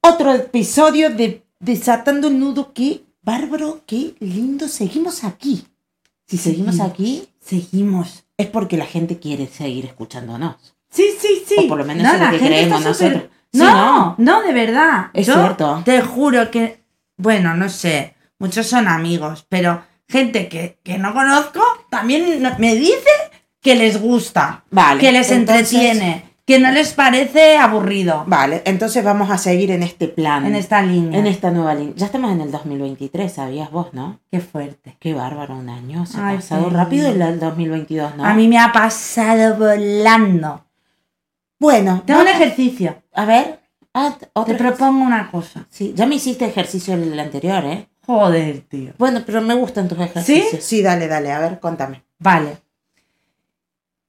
otro episodio de Desatando el Nudo. Qué bárbaro, qué lindo. Seguimos aquí. Si seguimos aquí, Seguimos. es porque la gente quiere seguir escuchándonos. Sí, sí, sí. O por lo menos es lo que creemos súper- nosotros. Sí, No, no. no, de verdad. Es Yo cierto. Te juro que, bueno, no sé, muchos son amigos, pero gente que, que no conozco también no- me dice que les gusta, Vale. que les entonces- entretiene, que no les parece aburrido Vale, entonces vamos a seguir en este plan. en esta línea. en esta nueva línea. Ya estamos en el 2023, sabías vos, ¿no? Qué fuerte. Qué bárbaro, un año. Se ha Ay, pasado sí. rápido el el 2022, ¿no? A mí me ha pasado volando. Bueno, Tengo un vamos- ejercicio. A ver, ah, Te otra propongo una cosa. Sí, ya me hiciste ejercicio el anterior, ¿eh? Joder, tío. Bueno, pero me gustan tus ejercicios. Sí, dale, dale, a ver, contame. Vale.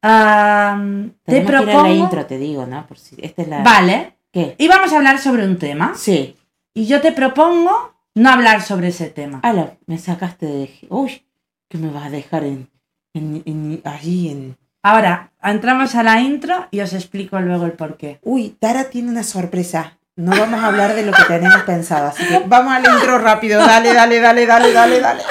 Am, te Tenemos que ir a propongo. la intro, te digo, ¿no? Por si esta es la Vale. ¿Qué? Y vamos a hablar sobre un tema. Sí. Y yo te propongo no hablar sobre ese tema. Ala, me sacaste de uy, que me vas a dejar en, en, en- allí en Ahora, entramos a la intro y os explico luego el porqué. Uy, Tara tiene una sorpresa. No vamos a hablar de lo que tenemos pensado, así que vamos al intro rápido. Dale, dale, dale, dale, dale, dale.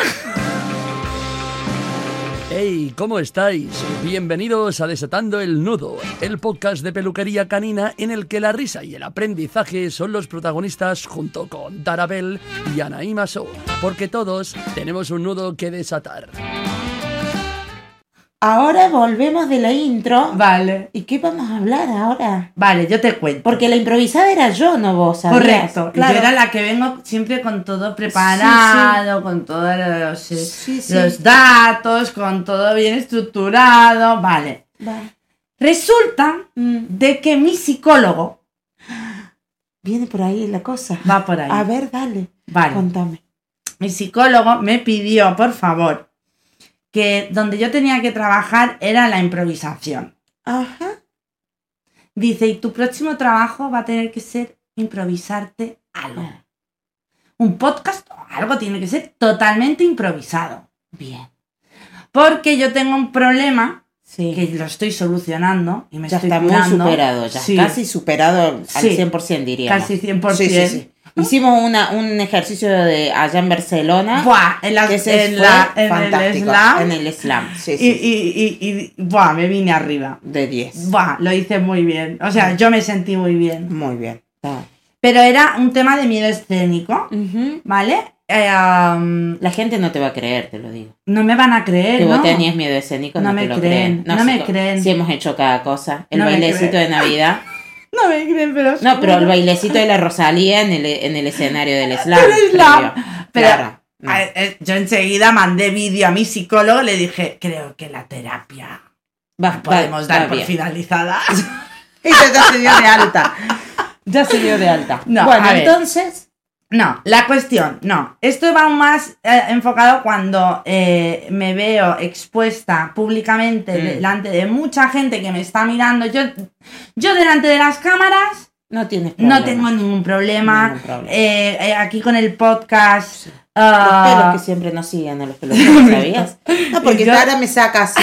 Hey, ¿cómo estáis? Bienvenidos a Desatando el Nudo, el podcast de peluquería canina en el que la risa y el aprendizaje son los protagonistas junto con Darabel y Anaí Maso, porque todos tenemos un nudo que desatar. Ahora volvemos de la intro. Vale. ¿Y qué vamos a hablar ahora? Vale, yo te cuento. Porque la improvisada era yo, no vos, ¿sabías? Correcto. Y Claro. Yo era la que vengo siempre con todo preparado, con todos los, eh, Sí, sí. los datos, con todo bien estructurado. Vale. Va. Resulta Mm, de que mi psicólogo Viene por ahí la cosa. va por ahí. A ver, dale, vale. contame. mi psicólogo me pidió, por favor, que donde yo tenía que trabajar era la improvisación. Ajá. Dice, y tu próximo trabajo va a tener que ser improvisarte algo. Un podcast o algo tiene que ser totalmente improvisado. Bien. Porque yo tengo un problema Sí. que lo estoy solucionando y me ya estoy está muy curando. superado, ya Sí, casi superado al Sí. 100%, diríamos. casi 100%. Sí, sí, sí. Hicimos una, un ejercicio de allá en Barcelona. Buah, en, las- que ese en fue la- en el fantástico. slam. en el slam, sí, y, sí, y- y- y- buah, me vine arriba. de 10. Buah, lo hice muy bien. O sea, yo me sentí muy bien. Muy bien. Está. Pero era un tema de miedo escénico, Ujú. ¿vale? Eh, um, La gente no te va a creer, te lo digo. no me van a creer, que Eh, ¿no? vos tenías miedo escénico, no, No me te lo creen, creen. no si me co- creen. Si hemos hecho cada cosa. El No me bailecito de Navidad. No me creen, pero... No, pero el bailecito de la Rosalía en el, en el escenario del slam. El slam. creo. Pero- Claro. no. A- eh, yo enseguida mandé vídeo a mi psicólogo, le dije, creo que la terapia Va- va- podemos va dar por bien. finalizada. Y ya, ya se dio de alta. Ya se dio de alta. No, bueno, a ver. entonces. No, la cuestión, no. Esto va más eh, enfocado cuando eh, me veo expuesta públicamente Mm. delante de mucha gente que me está mirando. Yo, yo delante de las cámaras No tienes no tengo ningún problema. ningún problema. Eh, eh, aquí con el podcast. Los pelos ah, que siempre nos siguen a los peloteros, ¿sabías? No, porque Y yo- Tara me saca así.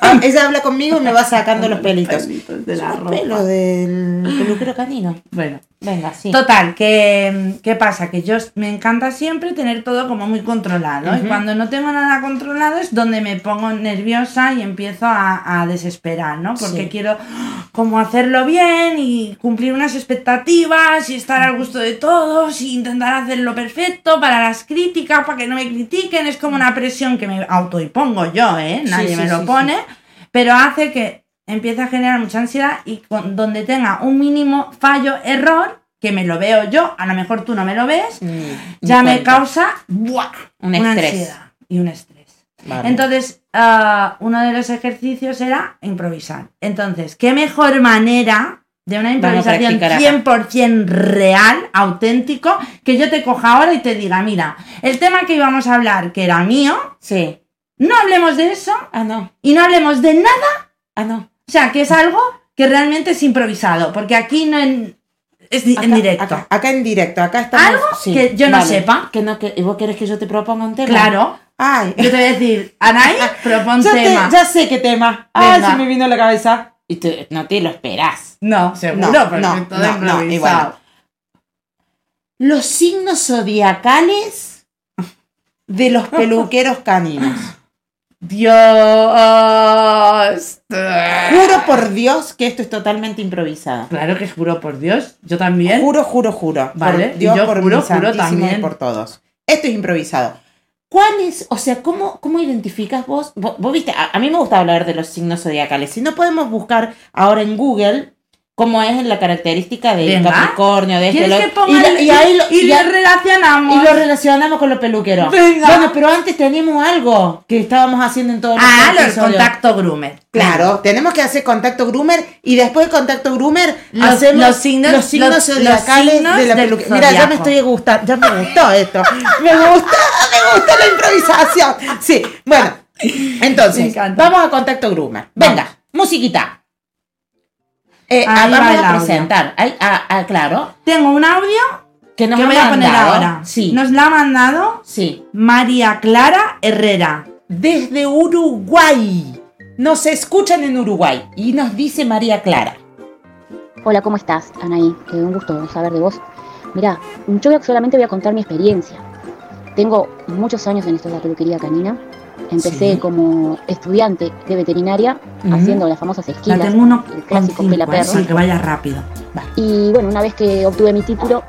Ah, ella habla conmigo y me va sacando los pelitos. pelitos de la Los ropa. pelos del. Peluquero canino. Bueno, Venga, sí. total, que ¿qué pasa? Que yo me encanta siempre tener todo como muy controlado. Y Ujú. cuando no tengo nada controlado es donde me pongo nerviosa y empiezo a, a desesperar, ¿no? Porque Sí. quiero como hacerlo bien y cumplir unas expectativas y estar al gusto de todos y intentar hacerlo perfecto para las críticas, para que no me critiquen. Es como una presión que me autoimpongo yo, ¿eh? Sí, Nadie sí, me sí, lo sí. pone, pero hace que empiece a generar mucha ansiedad y con- donde tenga un mínimo fallo, error, que me lo veo yo, a lo mejor tú no me lo ves, Ni- ya ni me cuenta. causa ¡buah! Un una estrés. ansiedad y un estrés. Vale. Entonces, ah, uno de los ejercicios era improvisar. Entonces, ¿qué mejor manera de una Vamos a improvisación practicar acá. 100% real, auténtico, que yo te coja ahora y te diga, mira, el tema que íbamos a hablar, que era mío, Sí. no hablemos de eso Ah, no. y no hablemos de nada, Ah, no. o sea, que es algo que realmente es improvisado, porque aquí no en- es di- en Acá- directo. Acá, acá en directo, acá estamos. Algo Sí, que yo no vale. sepa, Que no, que, ¿y ¿Vos querés que yo te proponga un tema? claro, Ay, yo te voy a decir, Anaí, propon ya, te- tema. ya sé qué tema. Ay, Venga. se me vino a la cabeza. Y tú no te lo esperás. No, seguro, No, porque no, todo no, no, improvisado. igual. los signos zodiacales de los peluqueros caninos. Dios. Juro por Dios que esto es totalmente improvisado. Claro que juro por Dios. Yo también. Juro, juro, juro. Vale, Por Dios, y yo por juro, mi juro santísimo también. y por todos. Esto es improvisado. ¿Cuál es, o sea, cómo, cómo identificas vos? Vo- Vos, viste, a, a mí me gusta hablar de los signos zodiacales. Si no podemos buscar ahora en Google cómo es la característica de Venga. Capricornio, de este, ¿Quieres lo- que y, ponga la- el- y ahí lo, y y lo a- relacionamos? y lo relacionamos con los peluqueros. Venga. Bueno, pero antes tenemos algo que estábamos haciendo en todos ah, los episodios. contacto groomer. Claro, tenemos que hacer contacto groomer y después del contacto groomer Los- hacemos los signos- los signos los- los zodiacales signos de la del peluquería. Mira, ya me zodiaco. estoy gustando, ya me gustó esto. Me gusta, me gusta la improvisación. Sí, bueno, Me entonces, encanta. vamos a contacto groomer. Venga. Venga, musiquita. Eh, ah, Ahí va vamos el a audio. presentar. Ay, ah, ah, claro. Tengo un audio Que nos que han voy a poner mandado. ahora. Sí, Nos la ha mandado sí. María Clara Herrera. Desde Uruguay. Nos escuchan en Uruguay. Y nos dice María Clara. Hola, ¿cómo estás, Anaí? Eh, un gusto saber de vos. Mira, yo voy a- solamente voy a contar mi experiencia. Tengo muchos años en esto de la peluquería canina. Empecé Sí. como estudiante de veterinaria Ujú. haciendo las famosas La esquilas, tengo uno el con clásico cinco, eh, pelaperro. para que vaya rápido. Y bueno, una vez que obtuve mi título,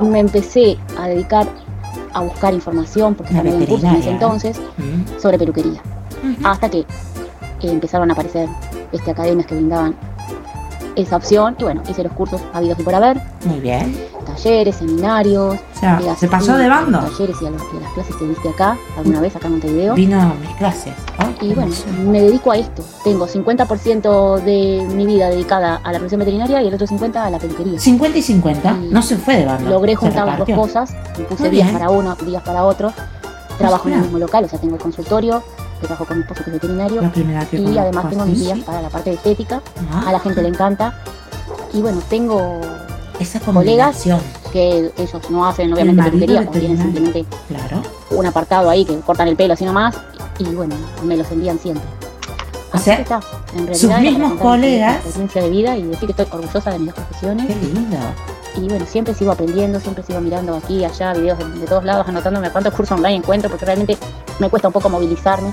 me empecé a dedicar a buscar información, porque Una estaba en curso en ese veterinaria, ¿eh? entonces, Mm, sobre peluquería. Hasta que eh, empezaron a aparecer este, academias que brindaban esa opción. Y bueno, hice los cursos habidos y por haber, Muy bien. talleres, seminarios. O sea, eh, se asistí pasó de a los bando. Talleres y a, los- y a las clases que viste acá, alguna vez acá en Montevideo. Vino a mis clases. Ay, Y bueno, sí. me dedico a esto. Tengo 50% de mi vida dedicada a la profesión veterinaria y el otro 50% a la peluquería. 50 y 50. No se fue de banda. Logré se juntar las dos repartió. cosas, me Muy puse días bien. para uno, días para otro. Trabajo en el Mira. mismo local, o sea, tengo el consultorio, trabajo con mi esposo que es La veterinario primera que y conozco además tengo así, mis días sí. para la parte de estética, Ah, a la gente le encanta. Y bueno, tengo Esa colegas combinación. que ellos no hacen obviamente marido peluquería, o tienen veterinario. simplemente Claro. un apartado ahí que cortan el pelo así nomás y bueno, me los envían siempre. O Así sea, que está, en realidad sus era mismos para contar mi colegas- experiencia de vida y decir que estoy orgullosa de mis dos profesiones Qué lindo. y bueno, siempre sigo aprendiendo, siempre sigo mirando aquí, allá, videos de, de todos lados, anotándome a cuántos cursos online encuentro, porque realmente me cuesta un poco movilizarme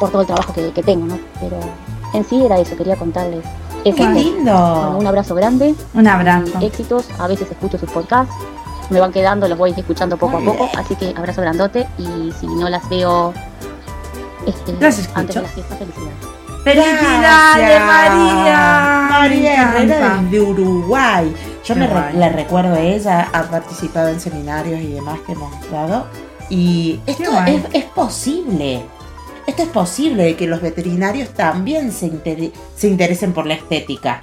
por todo el trabajo que, que tengo, ¿no? Pero en sí era eso, quería contarles Qué eso. Bueno, lindo. un abrazo grande, Un abrazo. éxitos, a veces escucho sus podcasts, me van quedando, los voy escuchando poco a Muy poco, así que abrazo grandote y si no las veo este, Las escucho. antes de las fiestas, felicidades. ¡Felicidades, Gracias. María! María Me Herrera encanta. de Uruguay. Yo Qué me re- guay. la recuerdo a ella, ha participado en seminarios y demás que hemos dado. Y Qué esto guay. es, es posible. Esto es posible de que los veterinarios también se, inter- se interesen por la estética.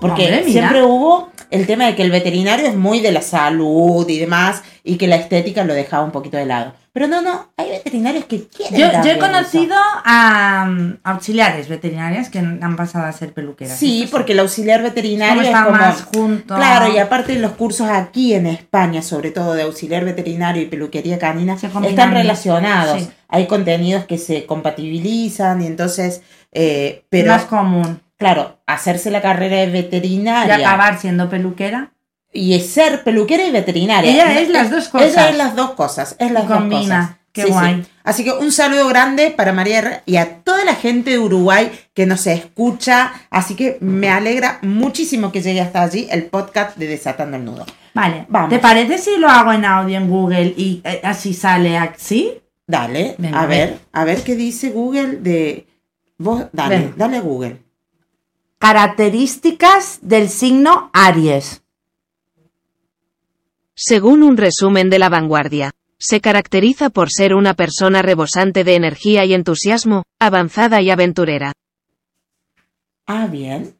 Porque Hombre, mira. siempre hubo el tema de que el veterinario es muy de la salud y demás, y que la estética lo dejaba un poquito de lado. Pero no, no, hay veterinarios que quieren. Yo, yo también he eso. conocido a um, auxiliares veterinarias que han han pasado a ser peluqueras. Sí, porque el auxiliar veterinario como es están como- más juntos. Claro, y aparte los cursos aquí en España, sobre todo de auxiliar veterinario y peluquería canina, Se combinan. están relacionados. Sí. Hay contenidos que se compatibilizan y entonces, eh, es pero más común. claro, hacerse la carrera de Y veterinaria y, acabar siendo peluquera. es ser peluquera y veterinaria. Ella es las dos cosas. Ella es las dos cosas, es las Combina, dos cosas. qué Sí, sí. guay. Así que un saludo grande para María Herrera y a toda la gente de Uruguay que nos escucha. Así que me alegra muchísimo que llegue hasta allí el podcast de Desatando el Nudo. Vale, Vamos. ¿te parece si lo hago en audio en Google y eh, así sale así? Dale, Venga, a a ver, ver. a ver qué dice Google de. Vos, dale, Venga. dale a Google. Características del signo Aries. Según un resumen de La Vanguardia, se caracteriza por ser una persona rebosante de energía y entusiasmo, avanzada y aventurera. Ah, bien.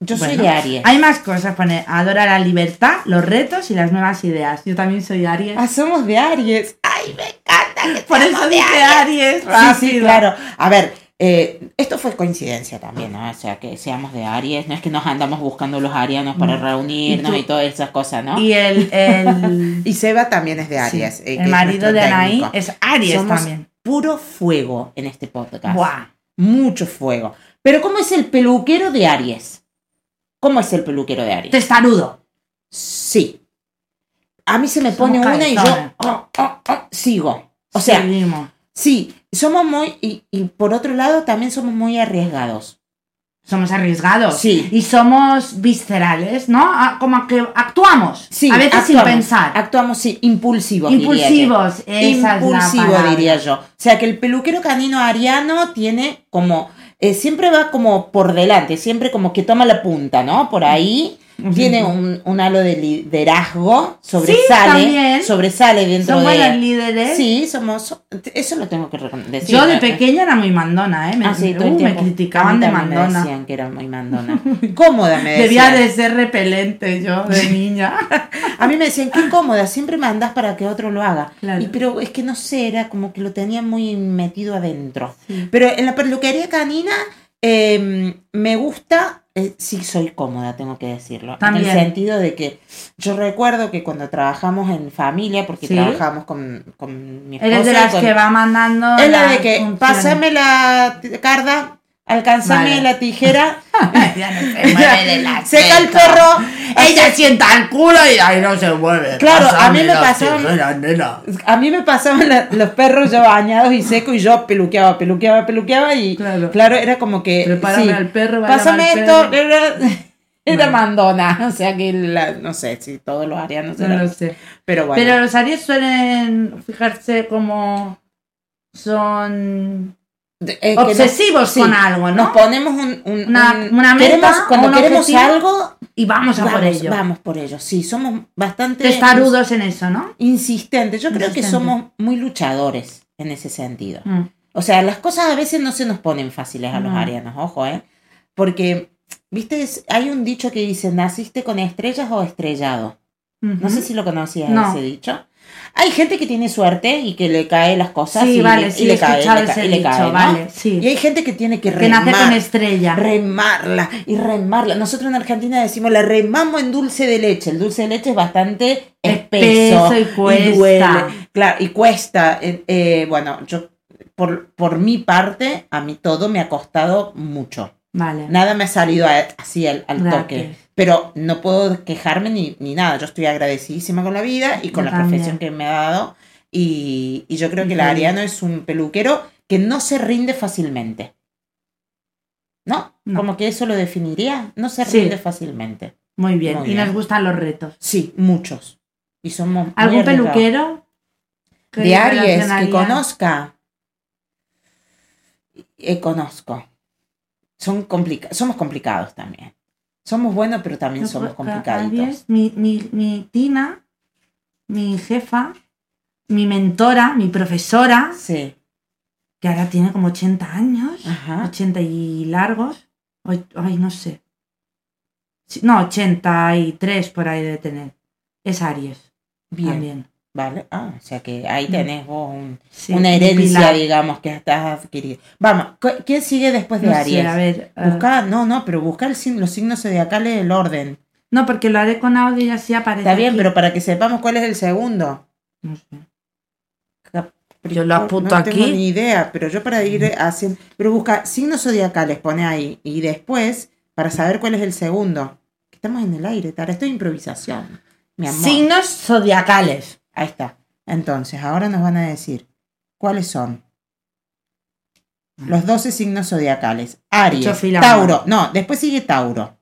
Yo soy Bueno. de Aries. Hay más cosas, pone, adora la libertad, los retos y las nuevas ideas. Yo también soy Aries. Ah, somos de Aries. Ay, me encanta que Por seamos eso Ah, de dije Aries. Aries. Sí, sí, rápido. claro. A ver, eh, esto fue coincidencia también, ¿no? O sea, que seamos de Aries. No es que nos andamos buscando los arianos para reunirnos Y tú- y, todas esas cosas, ¿no? Y el, el, Y Seba también eh, es de sí, el marido de Anaí es Aries Somos también. Puro fuego en este podcast. Buah. Mucho fuego. Pero ¿cómo es el peluquero de Aries? ¿Cómo es el peluquero de Aries? Testarudo. Sí. a mí se me Somos pone una y yo cabezones. oh, oh, oh, sigo. O sea, Seguimos. sí, somos muy, y, y por otro lado también somos muy arriesgados. somos arriesgados. Sí. Y somos viscerales, ¿no? Ah, Como que actuamos. Sí, a veces sin actuamos, pensar. Actuamos sí, impulsivos. diría yo. Impulsivos. Esa es la impulsivo, palabra. diría yo. O sea, que el peluquero canino ariano tiene como, eh, siempre va como por delante, siempre como que toma la punta, ¿no? Por ahí. Tiene un, un halo de liderazgo, sobresale, también. sobresale dentro Son buenos de... líderes. Sí, somos... so- Eso lo tengo que recon- decir. Yo de ¿no? pequeña era muy mandona, ¿eh? Me, Ah, sí, todo el uh, me tiempo. A criticaban mí de también me mandona. decían que era muy mandona. Cómoda me Debía decían. de ser repelente yo de niña. A mí me decían, qué cómoda, siempre mandas para que otro lo haga. Claro. Y, pero es que no sé, era como que lo tenía muy metido adentro. Pero en la peluquería canina eh, me gusta, eh, sí soy cómoda, tengo que decirlo. En También. el sentido de que yo recuerdo que cuando trabajamos en familia, porque Sí. trabajamos con, con mi esposa. Eres de y las con- que va mandando. Es la las de que, funciones. pásame la t- carda, alcanzame Vale. la tijera, Ella no se mueve de la seca el seca. perro. Ella sienta el culo y ahí no se mueve. Claro, a Pásame mí me la pasó- tijera, nena. A mí me pasaban la- los perros ya bañados y secos y yo peluqueaba, peluqueaba, peluqueaba y Claro. claro, era como que... Prepárame al perro, va a Pásame lavar el esto. perro. Era, era mandona, o sea que la- no sé si todos los arianos No eran- lo sé. Pero eh, bueno, Pero los Aries suelen fijarse como son de- es que nos- obsesivos sí, con algo, Nos ¿no? ponemos un... un- Una- un- una meta, queremos- cuando un queremos objetivo, algo, Y vamos a vamos por ello. vamos por ello. Sí, somos bastante... Testarudos en eso, ¿no? Insistentes. Yo creo que Insistentes. somos muy luchadores en ese sentido. Mm. O sea, las cosas a veces no se nos ponen fáciles a los No. arianos, ojo, ¿eh? Porque, viste, Es- hay un dicho que dice, ¿naciste con estrellas o estrellado? No Ujú. sé si lo conocías No. ese dicho. Hay gente que tiene suerte y que le cae las cosas Sí, y, vale, le, sí, y he le cae, escuchado le cae, ese y le dicho, cae, ¿no? vale, sí. Y hay gente que tiene que Que remar, nace con estrella. remarla y remarla. Nosotros en Argentina decimos, la remamos en dulce de leche. El dulce de leche es bastante espeso, Espeso y cuesta. duele. Claro, y cuesta. Eh, eh, bueno, yo por, por mi parte, a mí todo me ha costado mucho. Vale. Nada me ha salido a- así al, al Gratis. toque. Pero no puedo quejarme ni, ni nada. Yo estoy agradecidísima con la vida y con Yo la también. profesión que me ha dado. Y, y yo creo que el Increíble. Ariano es un peluquero que no se rinde fácilmente. ¿No? No. Como que eso lo definiría. No se Sí. rinde fácilmente. Muy bien. Muy y bien. nos gustan los retos. Sí, muchos. Y somos. muy ¿Algún arriesgados. peluquero? que De Aries que relacionaría? conozca. Eh, conozco. Son complica somos complicados también. Somos buenos, pero también Yo somos creo que complicaditos. Aries, Mi, mi, mi Tina, mi jefa, mi mentora, mi profesora, Sí. que ahora tiene como 80 años. Ajá. 80 y largos. o- Ay, no sé. Sí, No, 83 por ahí de tener. Es Aries Bien. también. Vale. Ah, o sea que ahí tenés vos un- Sí, una un herencia, pilar. digamos, que estás adquiriendo. Vamos, cu- ¿quién sigue después de No sé, Aries? a ver. eh, Busca, no, no, pero busca el signo- los signos zodiacales del orden. no, porque lo haré con audio y así aparece. Está bien, aquí. pero para que sepamos cuál es el segundo. No sé. Yo lo apunto no aquí. Mm. tengo ni idea, pero yo para ir haciendo. Pero busca signos zodiacales, pone ahí. Y después, para saber cuál es el segundo. Estamos en el aire, Tara. Esto es improvisación. Mi amor. Signos zodiacales. Ahí está. Entonces, ahora nos van a decir cuáles son. Los 12 signos zodiacales. Mucho Aries, fila, Tauro. No, después sigue Tauro.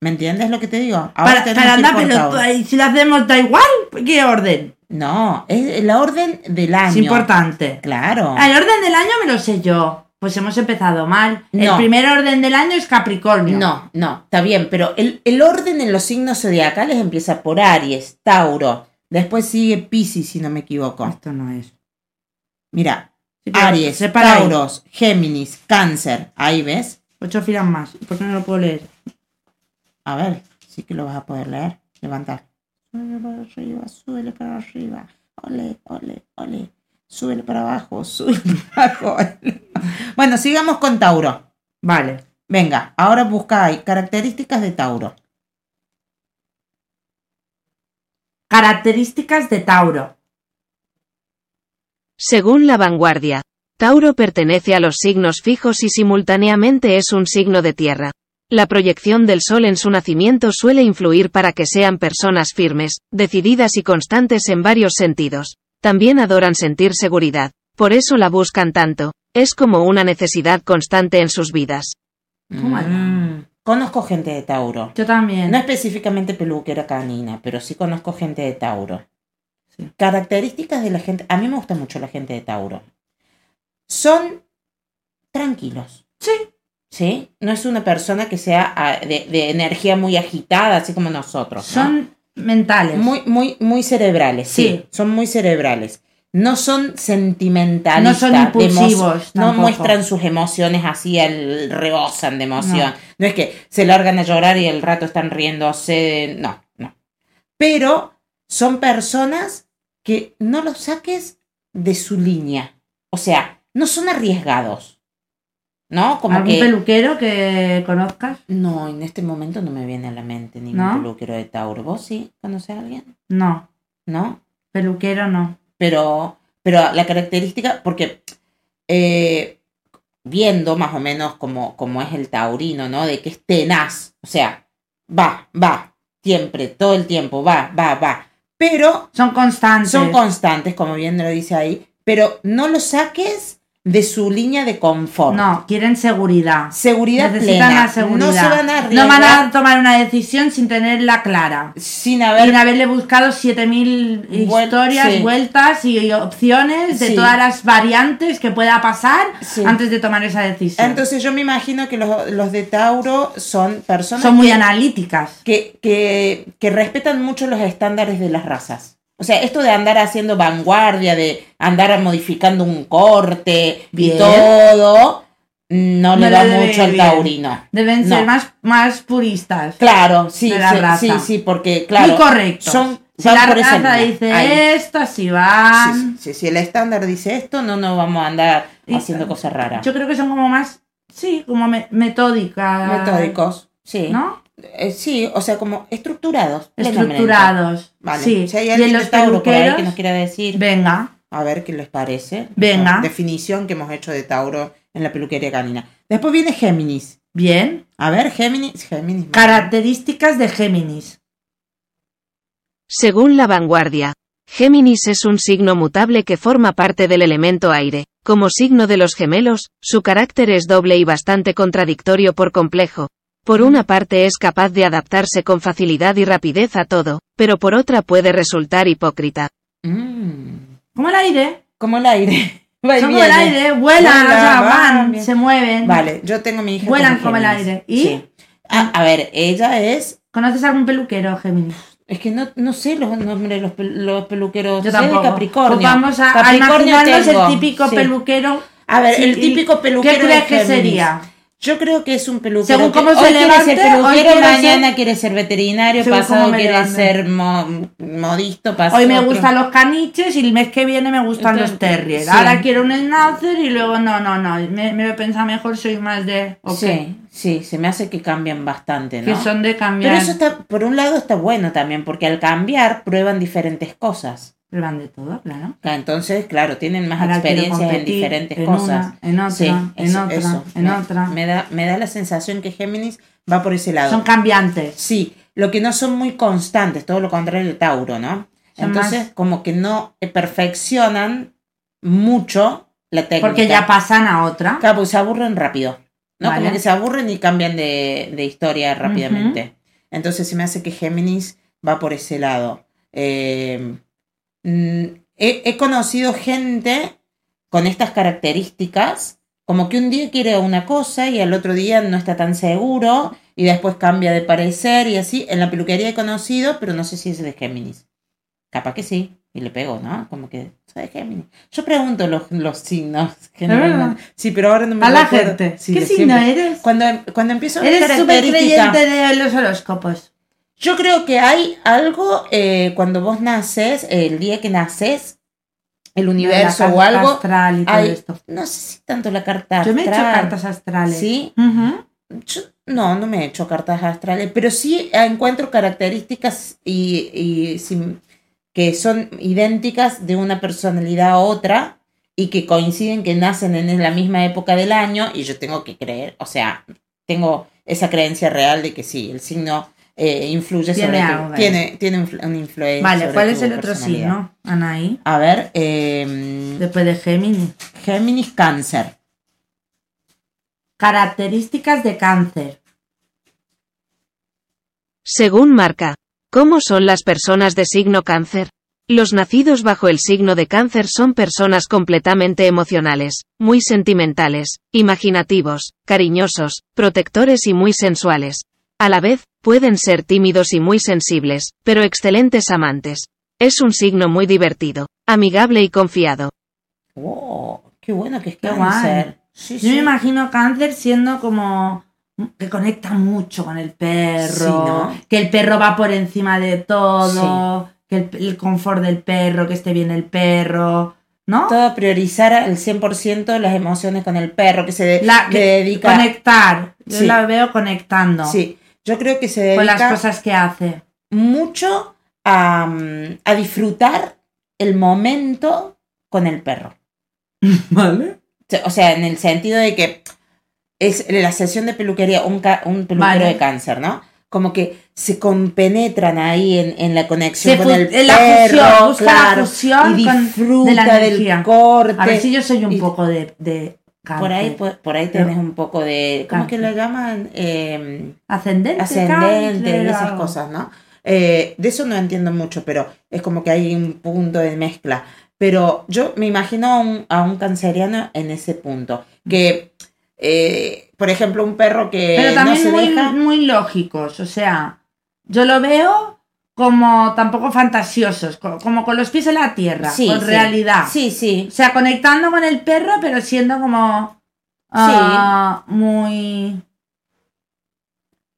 ¿Me entiendes lo que te digo? Ahora para tenemos para que ir andar, por pero Tauro. ahí, si lo hacemos da igual, ¿qué orden? No, es la orden del año. Es importante. Claro. El orden del año me lo sé yo. Pues hemos empezado mal. El No. primer orden del año es Capricornio. No, no, está bien, pero el, el orden en los signos zodiacales empieza por Aries, Tauro, después sigue Piscis, si no me equivoco. Esto no es. Mira, Sí, pero Aries, separa ahí. Tauros, Géminis, Cáncer, ahí ves. Ocho filas más. ¿Por qué no lo puedo leer? A ver, sí que lo vas a poder leer. Levantar. Súbele para arriba, súbele para arriba. Ole, ole, ole. Súbele para abajo, súbele para abajo. bueno, sigamos con Tauro. Vale. Venga, ahora busca ahí características de Tauro. Características de Tauro. Según la vanguardia, Tauro pertenece a los signos fijos y simultáneamente es un signo de tierra. la proyección del sol en su nacimiento suele influir para que sean personas firmes, decididas y constantes en varios sentidos. También adoran sentir seguridad. Por eso la buscan tanto. Es como una necesidad constante en sus vidas. Toma ya. Mm. Conozco gente de Tauro. Yo también. No específicamente peluquera canina, pero sí conozco gente de Tauro. Sí. Características de la gente. A mí me gusta mucho la gente de Tauro. Son tranquilos. Sí. ¿Sí? No es una persona que sea ah, de, de energía muy agitada, así como nosotros. ¿no? Son mentales. muy, muy, muy cerebrales. Sí. Sí. Son muy cerebrales. No son sentimentalistas. no son de emo- impulsivos. No tampoco. muestran sus emociones así, el rebosan de emoción. No. es que se largan a llorar y el rato están riéndose. No, no. Pero son personas que no los saques de su línea. O sea, no son arriesgados. ¿No? Como ¿Algún que. peluquero que conozcas? No, en este momento no me viene a la mente ningún ¿No? peluquero de Tauro. ¿Vos sí conoces a alguien? No. ¿No? Peluquero no. pero, pero la característica, porque eh, viendo más o menos como, como es el taurino, ¿no? De que es tenaz, o sea, va, va, siempre, todo el tiempo, va, va, va, pero Son constantes. son constantes, como bien lo dice ahí, pero no lo saques de su línea de confort. No, quieren seguridad. Seguridad Necesitan plena. la seguridad. No se van a No arriesgar van a tomar una decisión sin tenerla clara. sin Sin haber... haberle buscado 7000 Vuel- historias, sí. vueltas y, y opciones de Sí. todas las variantes que pueda pasar Sí. antes de tomar esa decisión. Entonces yo me imagino que los, los de Tauro son personas Son muy que- analíticas. que, que, que respetan mucho los estándares de las razas. O sea, esto de andar haciendo vanguardia, de andar modificando un corte Bien. y todo, no, le No da le debe mucho al bien. taurino. Deben No. ser más, más puristas. Claro, sí, De la sí, raza. sí, sí, porque claro. muy correctos. Son, si van la por esa raza línea. dice eh, Ahí. esto, así van. Sí, sí, sí, si el estándar dice esto, no nos vamos a andar Y- ah, haciendo cosas raras. Yo creo que son como más, sí, como me- metódicas. Metódicos, sí. ¿No? Eh, sí, o sea, como estructurados. plenamente. Estructurados. Vale. Sí. Si hay y en alguien los de Tauro por ahí ¿eh? que nos peluqueros. quiera decir. Venga. A ver qué les parece. Venga. La definición que hemos hecho de Tauro en la peluquería canina. Después viene Géminis. Bien. A ver, Géminis, Géminis. Características de Géminis. Según la vanguardia, Géminis es un signo mutable que forma parte del elemento aire. Como signo de los gemelos, su carácter es doble y bastante contradictorio por complejo. Por una parte es capaz de adaptarse con facilidad y rapidez a todo, pero por otra puede resultar hipócrita. Mm, Como el aire. como el aire. Va y Son como el viene. aire. Vuelan, Vuelan, o sea, van, van, bien. se mueven. Vale, yo tengo mi hija. Vuelan es como el Géminis. aire. ¿Y? Sí. Ah, a ver, ella es. ¿Conoces algún peluquero, Géminis? Es que no, no sé los nombres de los, pel- los peluqueros. Yo Sé de tampoco. Capricornio. Pues vamos a, a Capricornio imaginarnos tengo, el típico sí. peluquero. A ver, el Sí, típico peluquero. ¿Qué crees de que Géminis. sería? Yo creo que es un peluquero. Según que cómo se hoy quiere levante, ser hoy peluquero, quiere mañana ser- quiere ser veterinario, Según pasado cómo me quiere levante. ser mo- modisto, pasado. Hoy me otro- gustan los caniches y el mes que viene me gustan Entonces, los terriers. sí. Ahora quiero un schnauzer y luego no, no, no. Me, me lo pensa mejor, soy más de. ok, Sí, sí, se me hace que cambian bastante, ¿no? Que son de Pero cambiar. eso está, por un lado está bueno también, porque al cambiar prueban diferentes cosas. Prueban de todo, claro. Ah, Entonces, claro, tienen más Ahora quiero experiencias en competir diferentes en cosas. una, en otra, Sí, en eso- otra, eso. en me, otra. Me da, me da la sensación que Géminis va por ese lado. Son cambiantes. Sí, lo que no son muy constantes, todo lo contrario de Tauro, ¿no? Son Entonces, más- como que no eh, perfeccionan mucho la técnica. Porque ya pasan a otra. Claro, porque se aburren rápido, ¿no? Vale. Como que se aburren y cambian de, de historia rápidamente. Entonces se me hace que Géminis va por ese lado. Eh, mm, he, he conocido gente con estas características, como que un día quiere una cosa y al otro día no está tan seguro y después cambia de parecer y así. En la peluquería he conocido, pero no sé si es de Géminis. Capaz que sí. Y le pego, ¿no? Como que soy de Géminis. Yo pregunto los, los signos. generalmente. Sí, pero ahora no me A la recuerdo. gente. Sí, ¿Qué de signo siempre. eres? Cuando, cuando empiezo a ver Eres súper características, creyente de los horóscopos. yo creo que hay algo eh, cuando vos naces, el día que naces, el universo De la o carta algo. Astral y todo hay- esto. No sé si tanto la carta Yo me he hecho astral, cartas astrales. ¿Sí? Ujú. Yo- no, no me he hecho cartas astrales, pero sí encuentro características y, y sim- que son idénticas de una personalidad a otra y que coinciden que nacen en la misma época del año y yo tengo que creer, o sea, tengo esa creencia real de que sí, el signo eh, influye Tiene sobre algo tu, ahí. tiene, tiene influ- una influencia. Vale, sobre ¿cuál tu es el otro personalidad. signo, Anaí? A ver, eh, Después de Géminis. Géminis Cáncer. Características de cáncer. Según marca, ¿cómo son las personas de signo cáncer? Los nacidos bajo el signo de cáncer son personas completamente emocionales, muy sentimentales, imaginativos, cariñosos, protectores y muy sensuales. A la vez, pueden ser tímidos y muy sensibles, pero excelentes amantes. Es un signo muy divertido, amigable y confiado. ¡Wow! Oh, ¡Qué bueno que es Qué guay. Cáncer! Sí, Yo me sí. imagino cáncer siendo como que conecta mucho con el perro, Sí, ¿no? que el perro va por encima de todo, que el, el confort del perro, que esté bien el perro, ¿no? Todo priorizar al 100% las emociones con el perro que se de- La- le que- dedica. Conectar, yo Sí. la veo conectando Sí, yo creo que se con las dedica cosas que hace. mucho a, mm, a disfrutar el momento con el perro. ¿Vale? O sea, en el sentido de que es la sesión de peluquería, un, ca- un peluquero Vale. de cáncer, ¿no? Como que se compenetran ahí en, en la conexión con el la perro, fusión, busca claro, la fusión y con- disfruta de la del energía. corte. A ver si yo soy un y- poco de, de cáncer. por ahí, por, por ahí Pero- tenés un poco de, ¿cómo que Cáncer. le llaman? Eh, ascendente, ascendente cáncer, y esas algo. cosas, ¿no? Eh, de eso no entiendo mucho, pero es como que hay un punto de mezcla. Pero yo me imagino a un, a un canceriano en ese punto. Que, eh, por ejemplo, un perro que Pero Eh, no también se muy, deja. muy lógicos, o sea, yo lo veo como tampoco fantasiosos, co- como con los pies en la tierra, Sí, con sí. realidad. Sí, O sí. sea, conectando con el perro, pero siendo como ah, muy...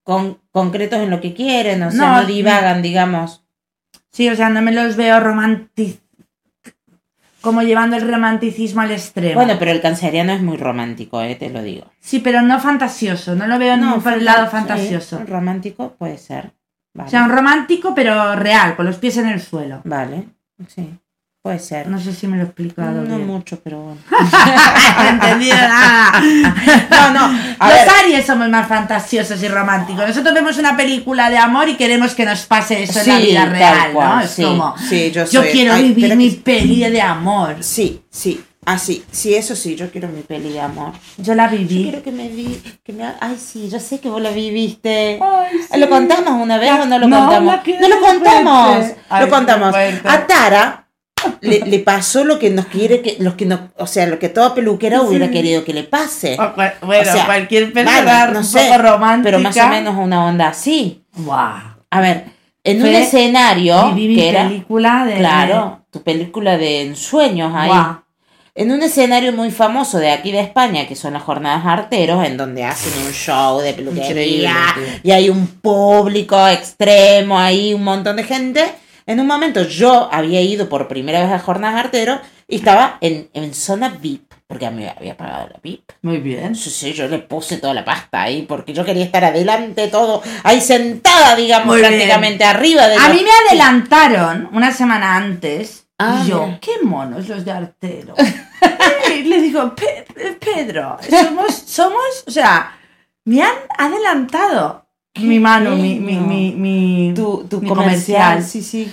Con, concretos en lo que quieren, o sea, No, no, divagan, digamos. Sí, o sea, no me los veo romantic... como llevando el romanticismo al extremo. Bueno, pero el canceriano es muy romántico, eh, te lo digo. sí, pero no fantasioso, no lo veo no, por el lado fantasioso. sí, romántico puede ser. Vale. O sea, un romántico, pero real, con los pies en el suelo. Vale, sí. Puede ser. No sé si me lo he explicado no bien. mucho, pero bueno. No entendí nada. No, no. A Ah. Los ver, Aries somos más fantasiosos y románticos. Nosotros vemos una película de amor y queremos que nos pase eso en la Sí, vida tal real, ¿no? cual, Es sí, como, Sí, yo, yo soy- quiero ay, vivir espera mi que- peli de amor. Sí, sí, así. sí, eso sí, yo quiero mi peli de amor. Yo la Yo viví. quiero que me di, que me ha- ay sí, yo sé que vos la viviste. ¿Lo contamos una vez o no lo No, contamos? la quiero No lo de repente. contamos. Ay, lo contamos. qué fuerte. A Tara le, le pasó lo que nos quiere que los que no, o sea, lo que toda peluquera hubiera querido que le pase. O cual- bueno, O sea, cualquier Vale, persona no un sé, poco romántica. pero más o menos una onda así. Guau. A ver, en un Fue- escenario Viví mi que era película de... claro, tu película de ensueños ahí. Guau. En un escenario muy famoso de aquí de España, que son las jornadas arteros, en donde hacen un show de Increíble, peluquería y hay un público extremo, hay un montón de gente. En un momento yo había ido por primera vez a jornadas arteros y estaba en, en zona VIP, porque a mí me había pagado la VIP. Muy bien. Sí, sí, yo le puse toda la pasta ahí, porque yo quería estar adelante todo, ahí sentada, digamos, Muy bien. prácticamente arriba de A los- mí me adelantaron una semana antes. Ah, y yo, mira. qué monos los de Artero. y le digo, "Pe- Pedro, somos, somos, o sea, me han adelantado mi mano, mi, mi, bueno. mi, mi- tu, tu mi comercial. comercial. Sí, sí.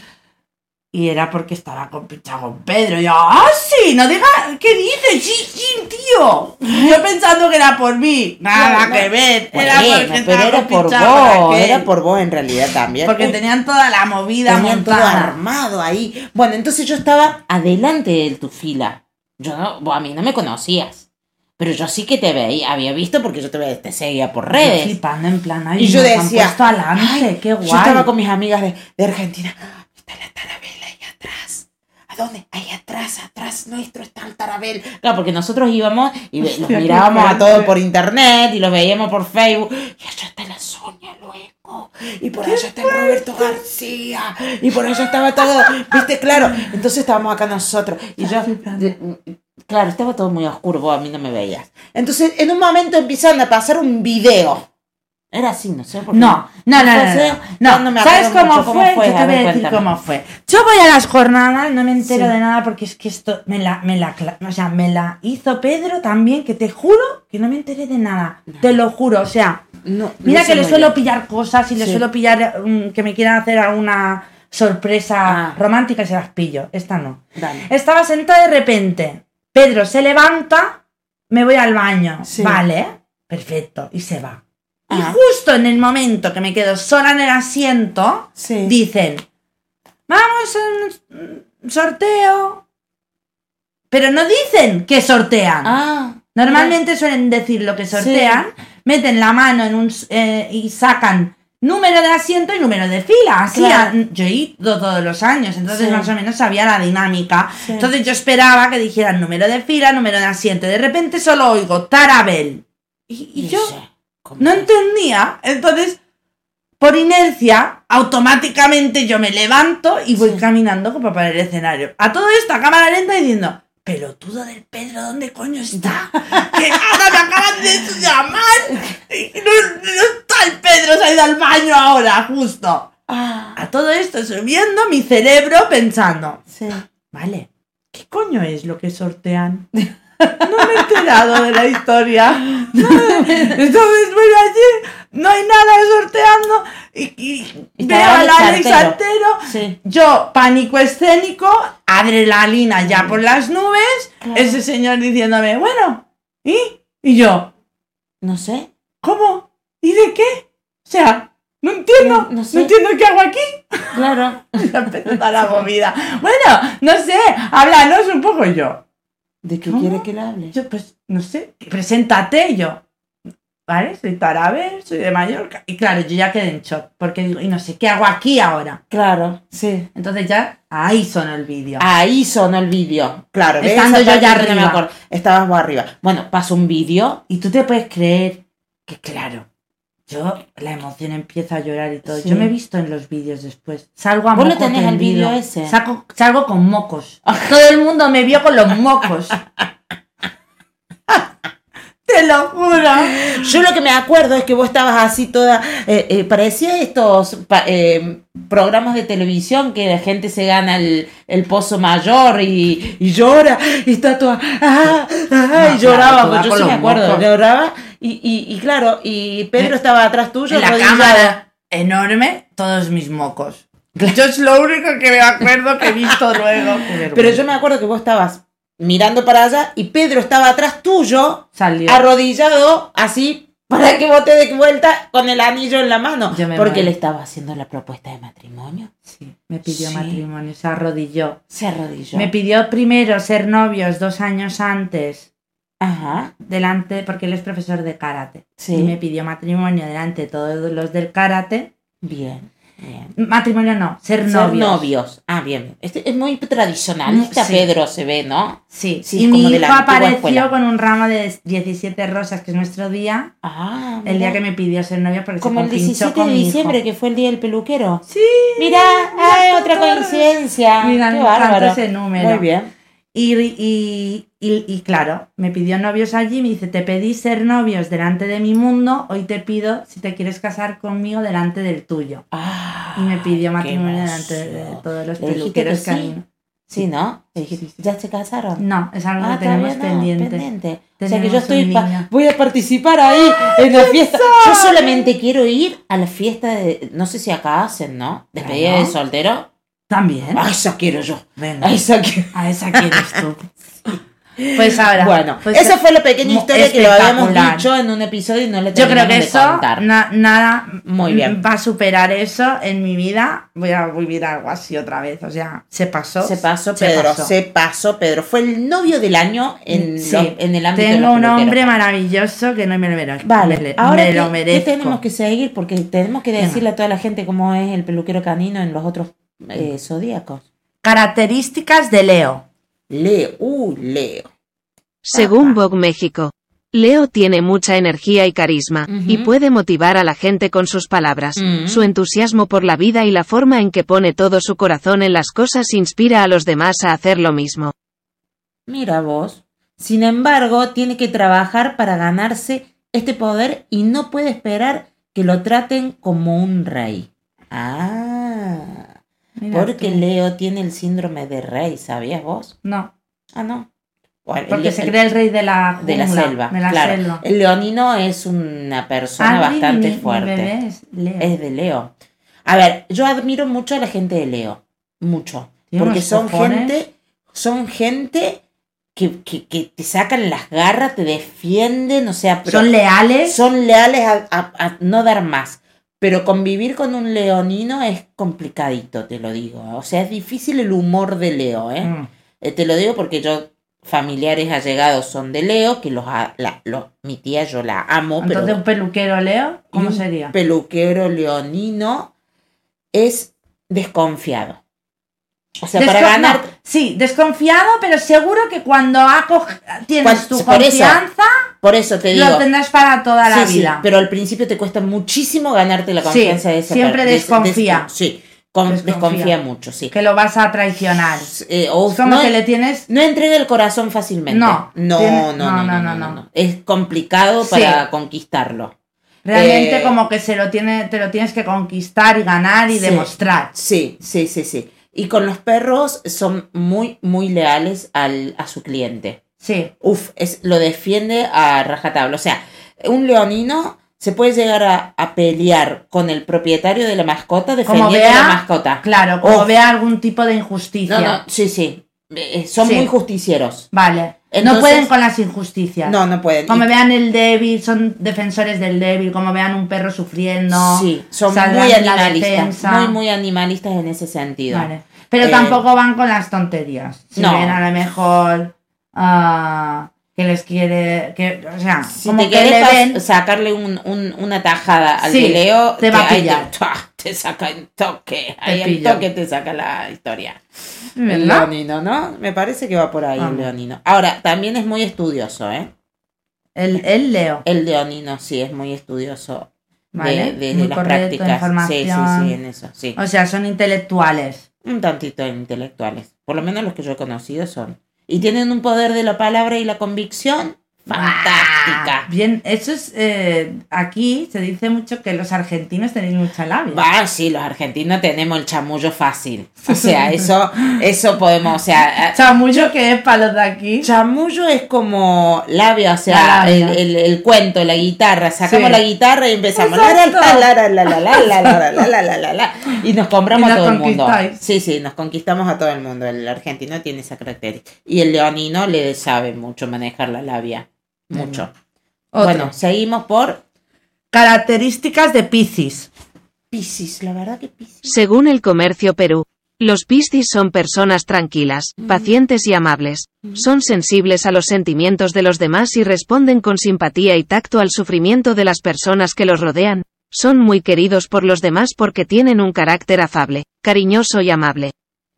Y era porque estaba con pincha con Pedro. Y yo, ah, sí, no diga, ¿qué dices? Sí, sí, tío. Yo pensando que era por mí. Nada Bueno, que ver. Era Bueno, pero porque estaba era con por pincha con vos, aquel. era por vos en realidad también. Porque Eh, Uy, tenían toda la movida tenían todo montada. armado ahí. Bueno, entonces yo estaba adelante de tu fila. Yo no, vos a mí no me conocías. Pero yo sí que te veía, había visto porque yo te, ve- te seguía por Yo redes. flipando en plan, ay, Y yo nos han decía, puesto adelante, "Ay, qué guay. Yo estaba con mis amigas de, de Argentina. "Ah, Está la Tarabel ahí atrás. ¿A dónde? Ahí atrás, atrás nuestro está el Tarabel. Claro, porque nosotros íbamos y ve- los qué mirábamos a todos fuerte. por internet y los veíamos por Facebook. Y allá está la Sonia luego. Y por allá está el Roberto García. Y por allá estaba todo. ¿Viste? Claro. Entonces estábamos acá nosotros. Y yo. de- Claro, estaba todo muy oscuro, vos a mí no me veías. Entonces, en un momento empiezan a pasar un video Era así, no sé por qué. No, no, no, no, Entonces, no, no. ya no me ¿Sabes acuerdo cómo, mucho cómo fue? fue, Yo a te voy ver, a decir cuéntame. cómo fue. Yo voy a las jornadas, no me entero de nada porque es que esto me la, me la, cla- o sea, me la hizo Pedro también, que te juro que no me enteré de nada. Te lo juro, o sea, No, mira no que sé le muy suelo bien. pillar cosas y le Sí. suelo pillar mm, que me quieran hacer alguna sorpresa Ah. romántica y se las pillo. Esta no. Dale. Estaba sentada de repente. Pedro se levanta, me voy al baño. Sí. Vale, perfecto. Y se va. Y Ah, justo en el momento que me quedo sola en el asiento, sí. dicen, vamos a un- un sorteo. Pero no dicen que sortean. Ah, Normalmente suelen decir lo que sortean, meten la mano en un s- eh, y sacan número de asiento y número de fila. Así Claro. a- yo he ido todos los años, entonces Sí. más o menos sabía la dinámica. Sí. Entonces yo esperaba que dijeran número de fila, número de asiento. y De repente solo oigo Tarabel. Y, y yo no entendía. Entonces, por inercia, automáticamente yo me levanto y voy Sí. caminando como para el escenario. A todo esto, a cámara lenta diciendo, pelotudo del Pedro, ¿dónde coño está? Que ahora me acaban de llamar. Y no, no está el Pedro, se ha ido al baño ahora, justo. Ah, A todo esto subiendo mi cerebro pensando, sí. vale, ¿qué coño es lo que sortean? No me he enterado de la historia. No, entonces voy allí, no hay nada sorteando y, y Y te veo agarra al el Alex sartero. Altero. Sí. Yo, pánico escénico, adrenalina ya por las nubes, ese señor diciéndome, bueno, ¿y? Y yo, No sé. ¿cómo? ¿Y de qué? O sea, no entiendo, No- no, no sé. entiendo qué hago aquí. Claro. Ya empezó toda la movida. Bueno, no sé, háblanos un poco Y yo. ¿De qué ¿Cómo? quiere que le hable? Yo, pues, no sé, preséntate y yo. ¿Vale? Soy Tarabel, soy de Mallorca. Y claro, yo ya quedé en shock, porque digo, y no sé, ¿qué hago aquí ahora? Claro, sí. Entonces ya, ahí sonó el vídeo. Ahí sonó el vídeo. Claro, ¿ves? Estando Esa yo parte ya que no me arriba. acuerdo. Estabas vos arriba. Bueno, pasó un vídeo. Y tú te puedes creer que, claro, yo la emoción empieza a llorar y todo. Sí. Yo me he visto en los vídeos después. Salgo a ¿Vos lo moco tenés el tendido. vídeo ese? Saco- salgo con mocos. todo el mundo me vio con los mocos. te lo juro. Yo lo que me acuerdo es que vos estabas así toda. eh, eh, parecía estos pa- eh, programas de televisión que la gente se gana el, el pozo mayor y, y llora. Y está toda. ah, ah, No, y lloraba. claro, toda pues yo con sí me los acuerdo. mocos. Lloraba. Y, y, y claro, y Pedro Eh, estaba atrás tuyo. en la rodillado. cámara enorme, todos mis mocos. Yo es lo único que me acuerdo que he visto luego. Pero yo me acuerdo que vos estabas mirando para allá y Pedro estaba atrás tuyo, salió. arrodillado, así, para que vos te des vuelta con el anillo en la mano. Yo me Porque muero. le estaba haciendo la propuesta de matrimonio. Sí, me pidió Sí. matrimonio, se arrodilló. Se arrodilló. Me pidió primero ser novios dos años antes, Ajá, delante, porque él es profesor de karate. Sí. Y me pidió matrimonio delante de todos los del karate. bien. bien. Matrimonio no, ser Ser novios. novios. Ah, bien. Este es muy tradicionalista, Sí. Pedro, se ve, ¿no? Sí, Sí, y como mi de la hijo antigua apareció escuela. con un ramo de 17 rosas, que es nuestro día, Ah, el día mira. que me pidió ser novia porque Como se el compinchó 17 con de mi hijo. diciembre, que fue el día del peluquero. Sí. Mira, hay otra coincidencia. Mira, Qué me encanta bárbaro. ese número. Muy bien. Y, y, y, y claro, me pidió novios allí, me dice, te pedí ser novios delante de mi mundo, hoy te pido si te quieres casar conmigo delante del tuyo. Ah, Y me qué pidió matrimonio delante de, emoción. todos los ¿Le dijiste peluqueros que que sí? había. Sí, ¿no? Sí, sí, sí. ¿Ya se casaron? No, es algo Ah, que tenemos todavía no, pendiente. O sea que yo Tenemos un estoy pa- niño. ¡Ah, voy a participar ahí en la fiesta. Yo solamente quiero ir a la fiesta de. No sé si acá hacen, ¿no? Despedida Claro. de soltero. También. A esa quiero yo. Venga, A esa quiero. a esa quieres tú. Pues ahora. Bueno, pues esa fue la pequeña mo- historia que lo habíamos espectacular. dicho en un episodio y no le Yo creo terminamos que de eso, contar. na- nada Muy bien. va a superar eso en mi vida. Voy a vivir algo así otra vez. O sea, se pasó. Se pasó, se Pedro. pasó. Se pasó, Pedro. Fue el novio del año en, Sí. los- en el ámbito de Tengo los un peluqueros. hombre maravilloso que no me lo merezco. Vale, me, ahora me que- lo que merezco. tenemos que seguir porque tenemos que Venga. decirle a toda la gente cómo es el peluquero canino en los otros eh, zodíacos. Características de Leo. Leo, uh, Leo. Según Vogue México, Leo tiene mucha energía y carisma, y Ujú. puede motivar a la gente con sus palabras. Ujú. Su entusiasmo por la vida y la forma en que pone todo su corazón en las cosas inspira a los demás a hacer lo mismo. Mira vos. Sin embargo, tiene que trabajar para ganarse este poder y no puede esperar que lo traten como un rey. Ah, porque Leo tiene el síndrome de rey, ¿sabías vos? No, Ah, no. O el- porque el- se cree el rey de la de la jungla, selva. Ah, De la claro. selva. El leonino es una persona Adri, bastante Ah, mi- mi fuerte. bebé es Leo. Es de Leo. A ver, yo admiro mucho a la gente de Leo. Mucho. Tiene Porque unos son cojones. gente. Son gente que, que- que te sacan las garras, te defienden, o sea, pero Son leales. son leales a, a- a no dar más. Pero convivir con un leonino es complicadito, te lo digo. O sea, es difícil el humor de Leo, ¿eh? Mm. Eh, te lo digo porque yo, familiares allegados son de Leo, que los, a- la- los- mi tía yo la amo, Entonces, pero un peluquero Leo, y ¿cómo un sería? peluquero leonino es desconfiado. O sea, para Desco- ganar... no, sí, desconfiado, pero seguro que cuando ha cog- tienes Cuan- tu por eso, confianza, Por eso te digo... lo tendrás para toda la Sí, sí, vida. pero al principio te cuesta muchísimo ganarte la Sí, confianza de esa siempre per- de ese- de ese- desconfía. sí, con- Desconfía. desconfía. mucho, sí. Que lo vas a traicionar. Eh, o Es como no, que le tienes. no entrega el corazón fácilmente. No, no, no, tiene- no, no, no, no, no, no. no. Es complicado Sí. para conquistarlo. Realmente, eh, como que se lo tiene, te lo tienes que conquistar y ganar y Sí. demostrar. Sí, sí, sí, sí. Y con los perros son muy, muy leales al, a su cliente. Sí. Uf, es, lo defiende a rajatabla. O sea, un leonino se puede llegar a, a pelear con el propietario de la mascota Como defendiendo vea, la mascota. claro, como Uf. vea algún tipo de No, injusticia. no, sí, sí. Eh, son Sí. muy justicieros. Vale. no Entonces- pueden con las injusticias. No, no pueden. Como Y- vean el débil, son defensores del débil. Como vean un perro sufriendo. sí, son saldrán muy en la animalistas. defensa. Muy, muy animalistas en ese sentido. Vale. Pero Eh, tampoco van con las tonterías. Si no. ven a lo mejor ah, que les quiere. Que, o sea, Si como te que le quieres pas- ven. sacarle un- un- una tajada al Sí, Leo, te va a ahí pillar. Te, ¡tua! te saca en toque. Ahí en pilla. toque te saca la historia. El ¿verdad? Ah. leonino, ¿no? Me parece que va por ahí Vamos. el leonino. Ahora, también es muy estudioso, ¿eh? El, el Leo. El leonino sí es muy estudioso de- de, Vale. de Muy las correcto, prácticas. Sí, sí, información. sí, en eso, sí. O sea, son intelectuales. un tantito intelectuales. Por lo menos los que yo he conocido son. Y tienen un poder de la palabra y la convicción Ah, fantástica. Bien, eso es. eh, aquí se dice mucho que los argentinos tenéis mucha labia. Va, sí, los argentinos tenemos el chamullo fácil. O sea, eso, eso podemos, o sea, eh, Chamullo que es para los de aquí. chamullo es como labio, o sea, La labia. el, el- el cuento, la guitarra, sacamos Sí. la guitarra y empezamos Exacto. la, la, la, la, la, la, la, la, la, la, la, la, la, y nos compramos Y a nos todo el mundo. conquistáis. Sí, sí, nos conquistamos a todo el mundo. El argentino tiene esa característica y el leonino le sabe mucho manejar la labia, mucho. Otro. Bueno, seguimos por Características de Piscis. Piscis, la verdad que Piscis. Según el comercio Perú, los piscis son personas tranquilas, pacientes y amables. Son sensibles a los sentimientos de los demás y responden con simpatía y tacto al sufrimiento de las personas que los rodean. Son muy queridos por los demás porque tienen un carácter afable, cariñoso y amable.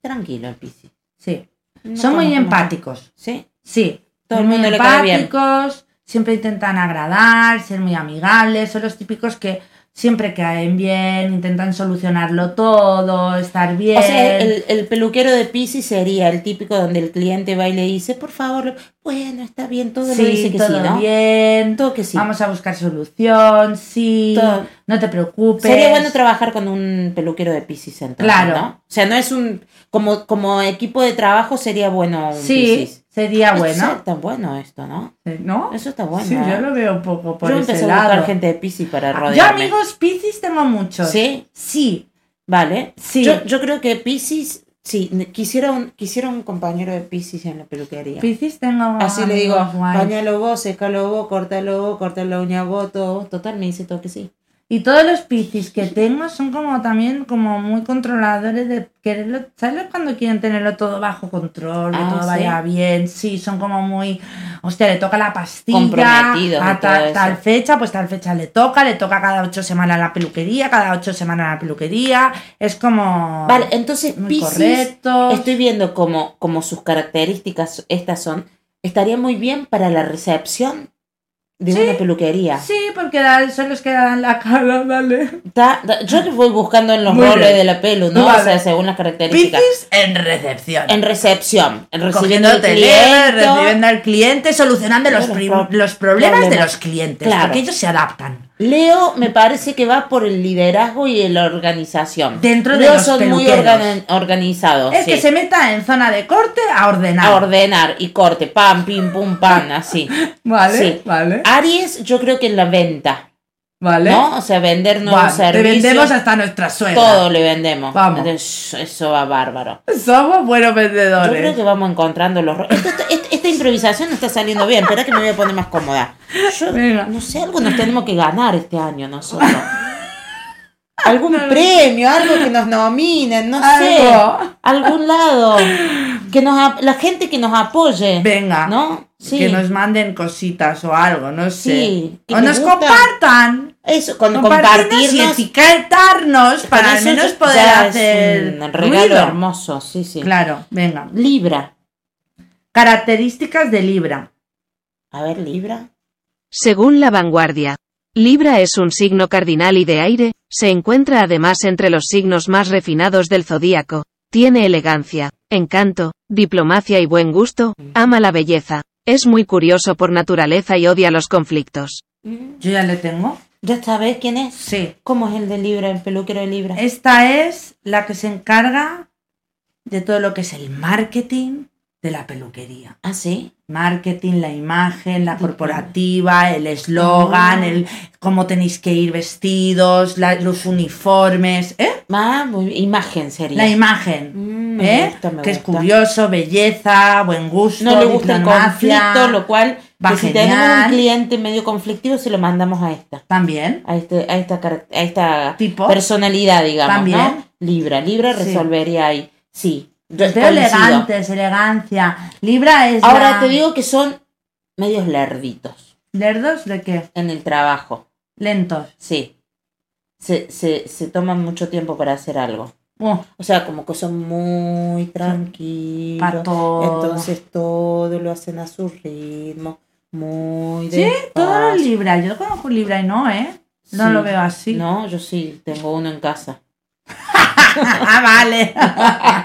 Tranquilo el Piscis. Sí. No Son muy conozco más. empáticos. Sí. Sí. Todo el muy mundo le cae bien. empáticos. Siempre intentan agradar, ser muy amigables. Son los típicos que siempre caen bien, intentan solucionarlo todo, estar bien. O sea, el, el peluquero de Piscis sería el típico donde el cliente va y le dice, por favor, bueno, está bien, todo Sí, lo dice que todo sí, ¿no? bien. Todo que sí. Vamos a buscar solución, sí. Todo. No te preocupes. Sería bueno trabajar con un peluquero de Piscis entonces, Claro. ¿no? O sea, no es un... Como, como equipo de trabajo sería bueno un Sí, Piscis. sería Eso bueno. está bueno esto, ¿no? ¿No? Eso está bueno. sí, yo ¿eh? lo veo un poco por Yo ese empecé a lado. Ah, buscar gente de Piscis para rodearme. Yo amigos Piscis tengo muchos. ¿Sí? Sí, Vale. sí. Yo, yo creo que Piscis... Sí, ne- quisiera un, quisiera un compañero de Piscis en la peluquería. Piscis tengo Así le digo, amigos guays. bañalo vos, secalo vos, cortalo vos, corta la uña vos, todo. vos". Total, me dice todo que sí. Y todos los Piscis que tengo son como también como muy controladores de quererlo. ¿Sabes cuando quieren tenerlo todo bajo control, que Ah, todo ¿sí? vaya bien? Sí, son como muy. Hostia, le toca la pastilla. Comprometidos y A todo tal, eso. tal fecha, pues tal fecha le toca, le toca cada ocho semanas la peluquería, cada ocho semanas la peluquería. Es como. Vale, entonces Ah. muy Piscis, correcto. estoy viendo como, como sus características, estas son, estaría muy bien para la recepción de una peluquería. Sí, porque da- son los que dan la cara, dale. Ta- ta- yo les voy buscando en los Muy roles bien. de la pelu, ¿no? Vale. O sea, según las características. Piscis en recepción. En recepción, en recibiendo Cogiendo al el teléfono, cliente. recibiendo al cliente, solucionando los, Los prim- pro- los problemas de problemas. los clientes, Claro. porque ellos se adaptan. Leo me parece que va por el liderazgo y la organización. Dentro de Leo los son muy peluqueros. organ- organizados. Es que sí. se meta en zona de corte a ordenar. A ordenar y corte, pam, pim, pum, pam, así. Vale, Sí. vale, Aries, yo creo que en la venta, vale. ¿no? O sea, vender nuevos ¿Eh? Buah, te servicios. vendemos hasta nuestra suegra. Todo le vendemos. Vamos. Entonces, eso va bárbaro. Somos buenos Yo vendedores. creo que vamos encontrando los... ro- Esto- esto- esta, esta improvisación no está saliendo bien. Espera que me voy a poner más cómoda. Yo, Venga. no sé, algo nos tenemos que ganar este año nosotros. Algún premio, algo que nos nominen, no sé. Algo. Algún lado. Que nos, ap- la gente que nos apoye. Venga. ¿No? Sí. Que nos manden cositas o algo, no sé. Sí, que o me nos gusta. compartan. Eso, con Compartirnos y compartirnos. etiquetarnos para al eso menos ya poder es hacer un regalo ruido. hermoso, sí, sí. Claro, venga. Libra. Características de Libra. A ver, Libra. Según la vanguardia, Libra es un signo cardinal y de aire, se encuentra además entre los signos más refinados del zodíaco, tiene elegancia, encanto, diplomacia y buen gusto, ama la belleza, es muy curioso por naturaleza y odia los conflictos. Yo ya le tengo. ¿Ya sabes quién es? Sí. ¿Cómo es el de Libra, el peluquero de Libra? Esta es la que se encarga de todo lo que es el marketing de la peluquería. Ah, sí. Marketing, la imagen, la corporativa, el Ah. eslogan, el cómo tenéis que ir vestidos, la- los uniformes, ¿eh? Ah, muy bien. imagen sería. La imagen, Mm, me ¿eh? gusta, me que es gusta. curioso, belleza, buen gusto, No le gusta el diplomacia. conflicto, lo cual, va que si genial. tenemos un cliente medio conflictivo, se lo mandamos a esta. También, A, este, a esta, carac- a esta Tipo. personalidad, digamos, También. ¿no? Libra. Libra Sí. resolvería ahí. Sí. Yo los veo coincido. elegantes, elegancia. Libra es Ahora la- te digo que son medios lerditos ¿Lerdos de qué? en el trabajo. Lentos. Sí. Se, se, se toman mucho tiempo para hacer algo. Uh, O sea, como que son muy tranquilos. pa' todo. Entonces todo lo hacen a su ritmo. Muy Sí, todo lo despacio. Libra. Yo conozco un Libra y no, ¿eh? No Sí. lo veo así. No, yo sí, tengo uno en casa. Ah, vale.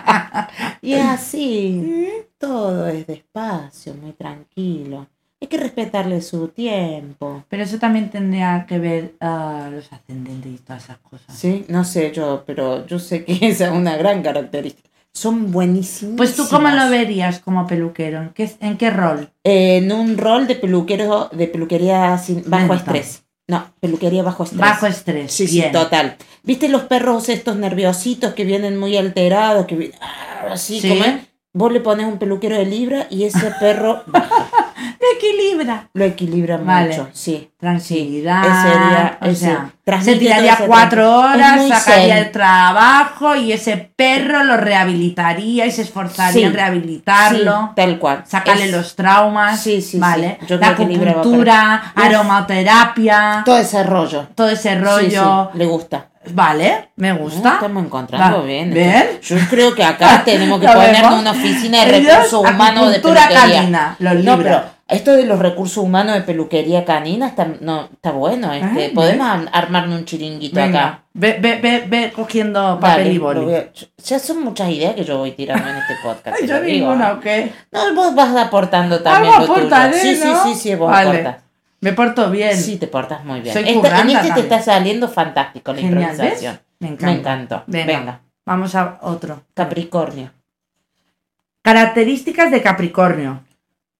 Y es así. Mm. Todo es despacio, muy tranquilo. Hay que respetarle su tiempo. Pero eso también tendría que ver ah, los ascendentes y todas esas cosas. Sí, no sé yo, pero yo sé que esa es una gran característica. Son buenísimos. Pues tú, ¿cómo lo verías como peluquero? ¿En qué, en qué rol? En un rol de peluquero, de peluquería sin, bajo Lento. estrés. No, peluquería bajo estrés. Bajo estrés. Sí, sí, Bien. total. ¿Viste los perros estos nerviositos que vienen muy alterados? Que vi- ah, así Sí. como es? Vos le pones un peluquero de libra y ese perro baja. Te equilibra. lo equilibra Vale. mucho. Sí. Tranquilidad. Ese día, o ese- sea, se transmite tiraría todo ese cuatro tran- es horas, muy sacaría zen. el trabajo y ese perro lo rehabilitaría y se esforzaría Sí. en rehabilitarlo. Sí, tal cual. Sacarle Es- los traumas, Sí, sí, ¿vale? sí. Yo la creo que Libra va acupuntura, por ahí. Uf. aromaterapia, Todo ese rollo. todo ese Sí, rollo. sí, Mm, le gusta. Vale, me No, gusta. Estamos encontrando Va. bien. ¿Ven? Yo creo que acá tenemos que Lo ponernos vemos. una oficina de Ellos, recursos humanos de acupuntura peluquería. canina, los no, pero libra. esto de los recursos humanos de peluquería canina está, no, está bueno. Este. Ah, Podemos ar- armarnos un chiringuito acá. Venga, ve, ve, ve, ve cogiendo Dale, papel y lo boli. voy a- ya son muchas ideas que yo voy tirando en este podcast. Ay, te yo lo digo, ninguna, ¿eh? ¿o qué? No, vos vas aportando también. Algo lo tuyo. aportaré, Sí, ¿no? sí, sí, sí, vos Vale. aportás. Me porto bien. Sí, te portas muy bien. Soy Esta- curranda en este te también. está saliendo fantástico la Genial, ¿ves? improvisación. Me encanta. Me encantó. Venga. Venga, Vamos a otro. Capricornio. Características de Capricornio.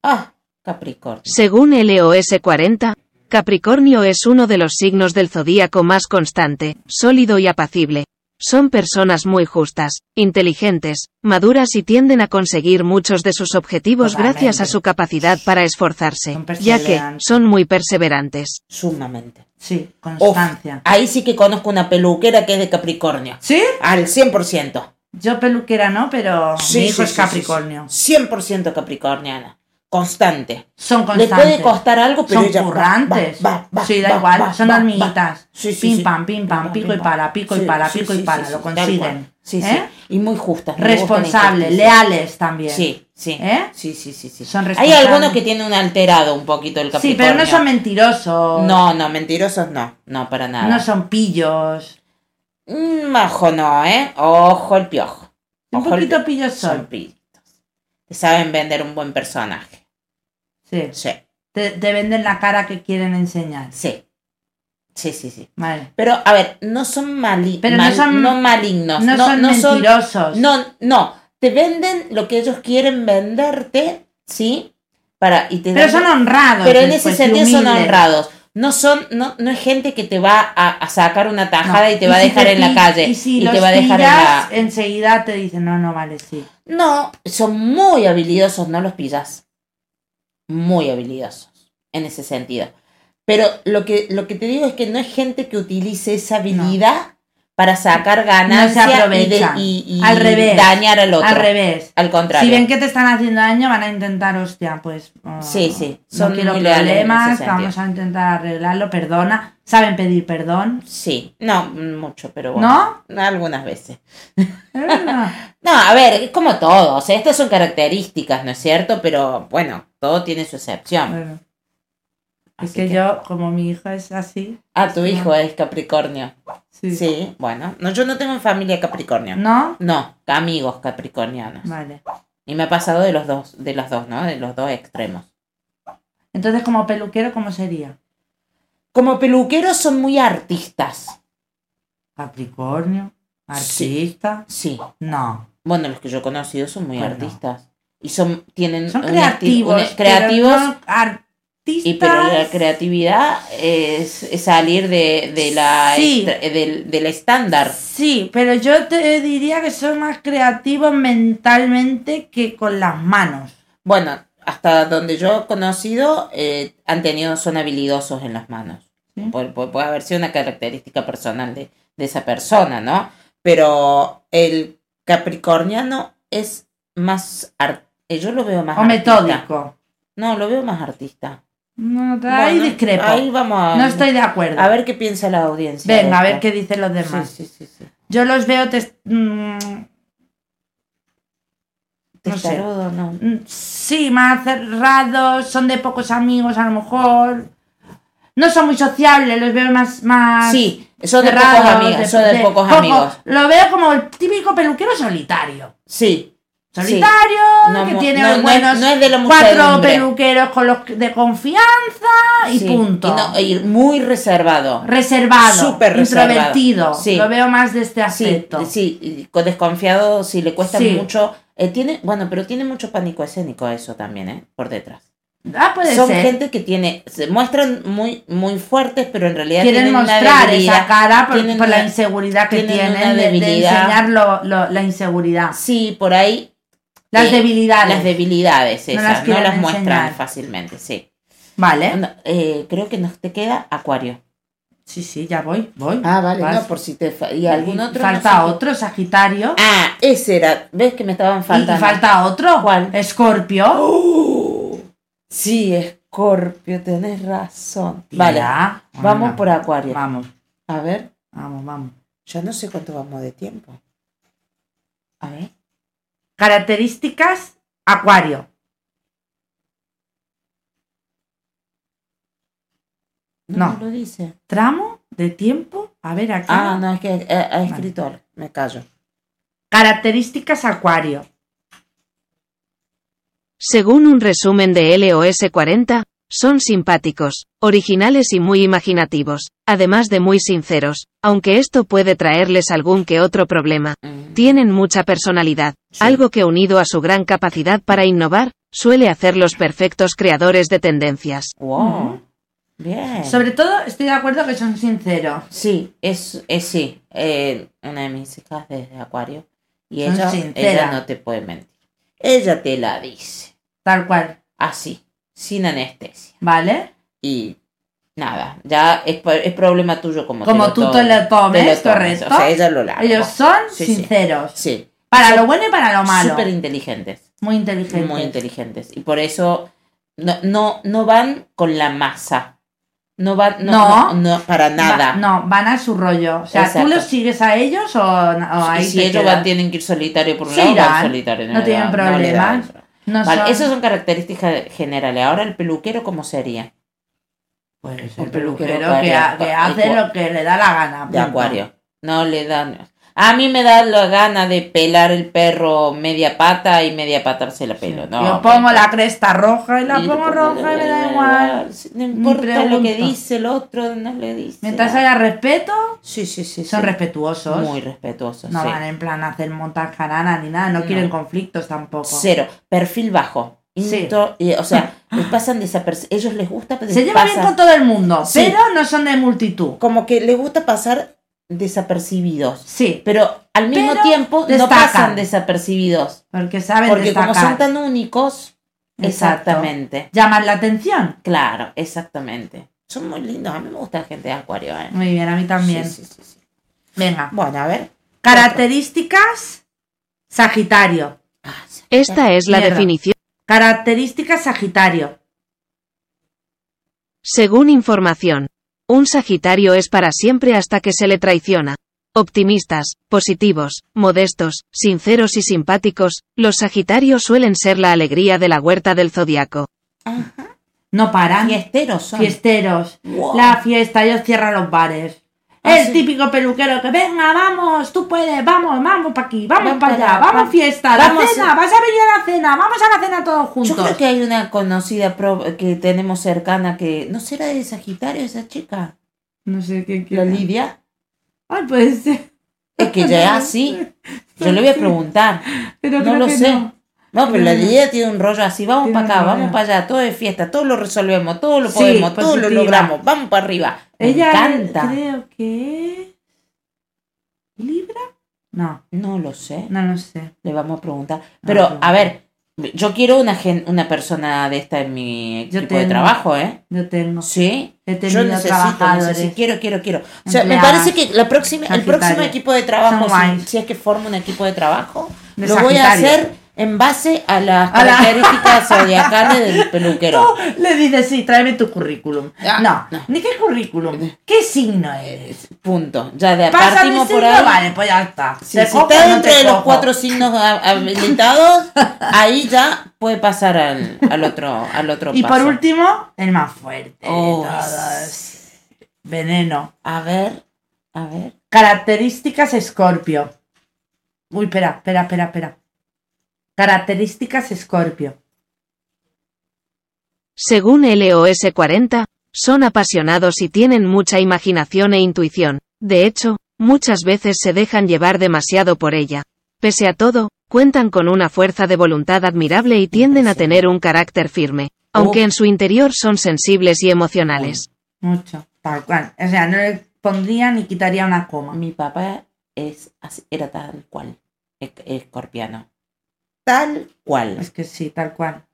Ah, Capricornio. Según LOS 40, Capricornio es uno de los signos del zodíaco más constante, sólido y apacible. Son personas muy justas, inteligentes, maduras y tienden a conseguir muchos de sus objetivos gracias a Totalmente. su capacidad para esforzarse, Son ya que perseverantes. son muy perseverantes. Sumamente. Sí, Uf, constancia. ahí sí que conozco una peluquera que es de Capricornio. ¿Sí? Al 100%. Yo peluquera no, pero Sí, mi sí, hijo es sí, Capricornio. sí, sí. 100% capricorniana. Constante. Son Le constantes. puede costar algo, pero son ella va, currantes. va, va, va, sí, da va, igual. va, son va, hormiguitas. va. Sí, sí, pim, sí. pam, pim, pam, pico y pam. pala, pico Sí, y pala, sí, pico sí, y pala. sí, lo sí, tal cual. consiguen. Sí, sí. ¿eh? Y muy justas. me gustan Responsables, estas. leales también. Sí, sí. ¿Eh? Sí, sí, sí, sí. Son Hay responsables. algunos que tienen un alterado un poquito el Sí, Capricornio. pero no son mentirosos. No, no, mentirosos no. No, para nada. No son pillos. Mm, Ojo no, ¿eh? Ojo el piojo. Un Ojo el poquito piojo. pillos Son son. pillitos. Te saben vender un buen personaje. Sí. Sí, Te, te venden la cara que quieren enseñar. sí. Sí, sí, sí. Vale. Pero, a ver, no son, mali Pero no mal- son- no malignos. No, son mentirosos. No, no. Te venden lo que ellos quieren venderte, ¿sí? Para, y te pero dan- son honrados. pero en ese después, y sentido son humildes. honrados. No son, no, no es gente que te va a, a sacar una tajada No. y te va a si dejar en la pi- calle. Y si y los te va a dejar en la. pillas, enseguida te dicen, no, no, vale, sí. No, son muy habilidosos, no los pillas. Muy habilidosos, en ese sentido. Pero lo que, lo que te digo es que no es gente que utilice esa habilidad para sacar ganancia y, de- aprovechan. y- y Al revés. dañar al otro. Al revés. Al contrario. Si ven que te están haciendo daño, van a intentar, hostia, pues. ah, Sí, sí, no son quiero muy leales en ese problemas, sentido. vamos a intentar arreglarlo, perdona. Saben pedir perdón, Sí, no, mucho, pero bueno. ¿No? Algunas veces. Ah, No, a ver, es como todo. O sea, estas son características, ¿no es cierto? Pero bueno, todo tiene su excepción. bueno, es Así que, que- yo, como mi hija es así, Ah, tu hijo es Capricornio. sí. Sí, bueno. No, yo no tengo en familia Capricornio. ¿No? No, amigos capricornianos. Vale. Y me ha pasado de los dos, de los dos, ¿no? De los dos extremos. Entonces, como peluquero, ¿cómo sería? Como peluqueros son muy artistas. Capricornio, artista. Sí. No. Bueno, los que yo he conocido son muy Bueno. artistas. Y son, tienen... Son un esti- creativos. un- e, pero creativos. no artistas. Y pero la creatividad es, es salir de, de la Sí. estra- eh, del, del estándar. Sí, pero yo te diría que son más creativos mentalmente que con las manos. Bueno, hasta donde yo he conocido, eh, han tenido, son habilidosos en las manos. Sí. Pu- pu- puede haber sido una característica personal de, de esa persona, ¿no? Pero el capricorniano es más... ar- eh, yo lo veo más O artista. metódico. No, lo veo más artista. No, no, ahí Bueno, discrepo. Ahí vamos a... No estoy de acuerdo. A ver qué piensa la audiencia. de Venga, a ver esto. qué dicen los demás. Sí, sí, sí, sí. Yo los veo tes- mm, No sé. Testarudo, no. mm, sí, más cerrados, son de pocos amigos a lo mejor. No son muy sociables, los veo más... más Sí, son de cerrados, pocos amigos, son de, pocos Ah, poco- amigos. Lo veo como el típico peluquero solitario. Sí. Solitario, No, que mu- tiene no, no buenos es- no es de la cuatro muchedumbre. peluqueros con los que- de confianza y Sí, punto. Y, no- y muy reservado. reservado, Súper reservado. introvertido. Sí. Lo veo más de este Sí, aspecto. sí, y con desconfiado, sí, le cuesta Sí. mucho. Eh, tiene, bueno, pero tiene mucho pánico escénico eso también, ¿eh? Por detrás. Ah, puede Son ser. gente que tiene, se muestran muy, muy fuertes, pero en realidad Quieren tienen una mostrar debilidad. esa cara por, tienen por la una- inseguridad que tienen tienen, una de- de, debilidad. enseñar lo- lo- la inseguridad. Sí, por ahí Las Sí, debilidades. las debilidades No esas, las no quieren las muestran enseñar. fácilmente, sí. Vale. No, eh, creo que nos te queda Acuario. Sí, sí, ya voy, voy. Ah, vale, Vas. no, por si te fa- y algún otro. no Falta sé qué- otro, Sagitario. Ah, ese era. ¿Ves que me estaban Y- y, faltando? falta otro. ¿Cuál? Escorpio. ¡Oh! Sí, Escorpio, tenés razón. Vale, Ya, vamos venga. por Acuario. Vamos, A ver, vamos, vamos. ya no sé cuánto vamos de tiempo. A ver. Características, Acuario. No, No. me lo dice. Tramo de tiempo. A ver, aquí. Ah, no, es que eh, ha escrito algo. Me callo. Características Acuario. Según un resumen de LOS 40, son simpáticos, originales y muy imaginativos, además de muy sinceros, aunque esto puede traerles algún que otro problema. Mm, Tienen mucha personalidad, Sí. algo que unido a su gran capacidad para innovar, suele hacerlos perfectos creadores de tendencias. Wow. Ujú. Bien. Sobre todo, estoy de acuerdo que son sinceros. Sí, es, es sí. eh, una de mis hijas es de Acuario. Y Son ella, ella sinceras. no te puede mentir. Ella te la dice. Tal cual. Así, sin anestesia. ¿Vale? y nada, ya es, po- es problema tuyo como te Como lo tú te tomes, lo tomes, correcto. O sea, ella lo larga. Ellos son Sí, sí. sinceros. Sí, Para lo bueno y para lo malo. súper inteligentes, Muy inteligentes. muy inteligentes. Y por eso no, no, no van con la masa. No van, no, No. no, no, para nada. Va- no, van a su rollo. O sea, Exacto. ¿tú los sigues a ellos o, o Y ahí si te ellos quedas? van, tienen que ir solitario por un Sí, lado, irán. van solitario. No tienen le da- no le da problemas. eso. No Vale, son- esas son características generales. Ahora, el peluquero, ¿cómo sería? Pues un el peluquero peluquero que, ha- que acuario- hace lo que le da la gana. De punto. acuario. No le dan. A mí me da la gana de pelar el perro media pata y media pata se la pelo. No, Yo pongo pero- la cresta roja y la y le pongo pongo- roja y me da igual. No importa lo que pregunto. dice el otro, no le dice. Mientras haya respeto, Sí, sí, sí. son sí. respetuosos. Muy respetuosos. no sí. van en plan a hacer montar jarana ni nada, no, quieren conflictos tampoco. Cero. Perfil bajo. Sí. Into- y, o sea, les pasan desapercibidos. Ellos les gusta Se llevan bien con todo el mundo, Sí. pero no son de multitud. Como que les gusta pasar desapercibidos. Sí, Pero al mismo Pero tiempo no destacan. pasan desapercibidos. porque saben Porque destacar. como son tan únicos. Exacto. Exactamente. Llaman la atención. Claro, exactamente. Son muy lindos. A mí me gusta la gente de acuario, ¿eh? Muy bien, a mí también. Sí, sí, sí, sí. Venga. Bueno, a ver. Características Sagitario. Ah, sí. Esta es la Mierda. definición. Características Sagitario. Según información, un Sagitario es para siempre hasta que se le traiciona. Optimistas, positivos, modestos, sinceros y simpáticos, los Sagitarios suelen ser la alegría de la huerta del zodiaco. No paran. Fiesteros son. Fiesteros. Wow. La fiesta, ellos cierran los bares. Ah, el sí. típico peluquero que venga, vamos, tú puedes, vamos, vamos para aquí, vamos Ven para pa' allá, allá, vamos va- fiesta, vamos a- la cena, vas a venir a la cena, vamos a la cena todos juntos. Yo creo que hay una conocida pro- que tenemos cercana que. ¿No será de Sagitario esa chica? No sé qué La Lidia. Ay, puede ser. Es que ya así. Yo le voy a preguntar. Pero No creo lo que sé. no. No, pero la Bueno. Lidia tiene un rollo así. Vamos Tiene para un acá, rollo. vamos para allá. Todo es fiesta, todo lo resolvemos, todo lo Sí, podemos, todo lo positiva. logramos. Vamos para arriba. Me Ella encanta. creo que Libra. No, No lo sé. no lo sé. Le vamos a preguntar. Ah, Pero, a ver, yo quiero una, gen- una persona de esta en mi Yo equipo de tengo. trabajo, ¿eh? Yo tengo. Sí. He Yo tenido necesito, trabajadores. necesito, quiero, quiero, quiero. O sea, me Empleadas. parece que la próxima, el Sagitario. próximo equipo de trabajo, Son si, guays. si es que formo un equipo de trabajo, De lo voy a Sagitario. hacer en base a las A la- características zodiacales del peluquero. Le dices, sí, tráeme tu currículum. Ah, no, no. ni qué currículum. ¿Qué signo eres? Punto. Ya de Pasa mi apartimos signo, por ahí. vale, pues ya está. Si, Te si cojo, está no dentro te de los cojo. cuatro signos ha- habilitados, ahí ya puede pasar al, al otro, al otro Y por paso. último, el más fuerte. de Oh, todos. Veneno. A ver, a ver. Características Escorpio. Uy, espera, espera, espera, espera. Características Escorpio. Según LOS 40, son apasionados y tienen mucha imaginación e intuición. De hecho, muchas veces se dejan llevar demasiado por ella. Pese a todo, cuentan con una fuerza de voluntad admirable y tienden a tener un carácter firme, aunque en su interior son sensibles y emocionales. Mucho. Tal cual. O sea, no le pondría ni quitaría una coma. Mi papá es así- era tal cual, esc- escorpiano. Tal ¿Cuál? Es que sí, tal cual.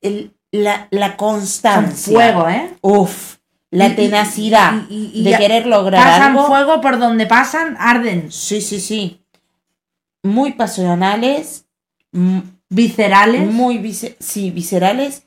El- la, la Son constancia. fuego, ¿eh? Uf. Y- La y- tenacidad y- y- y- de querer lograr Pasan algo. fuego por donde pasan, arden. Sí, sí, sí. Muy pasionales. m- Viscerales. Muy visce- sí, viscerales.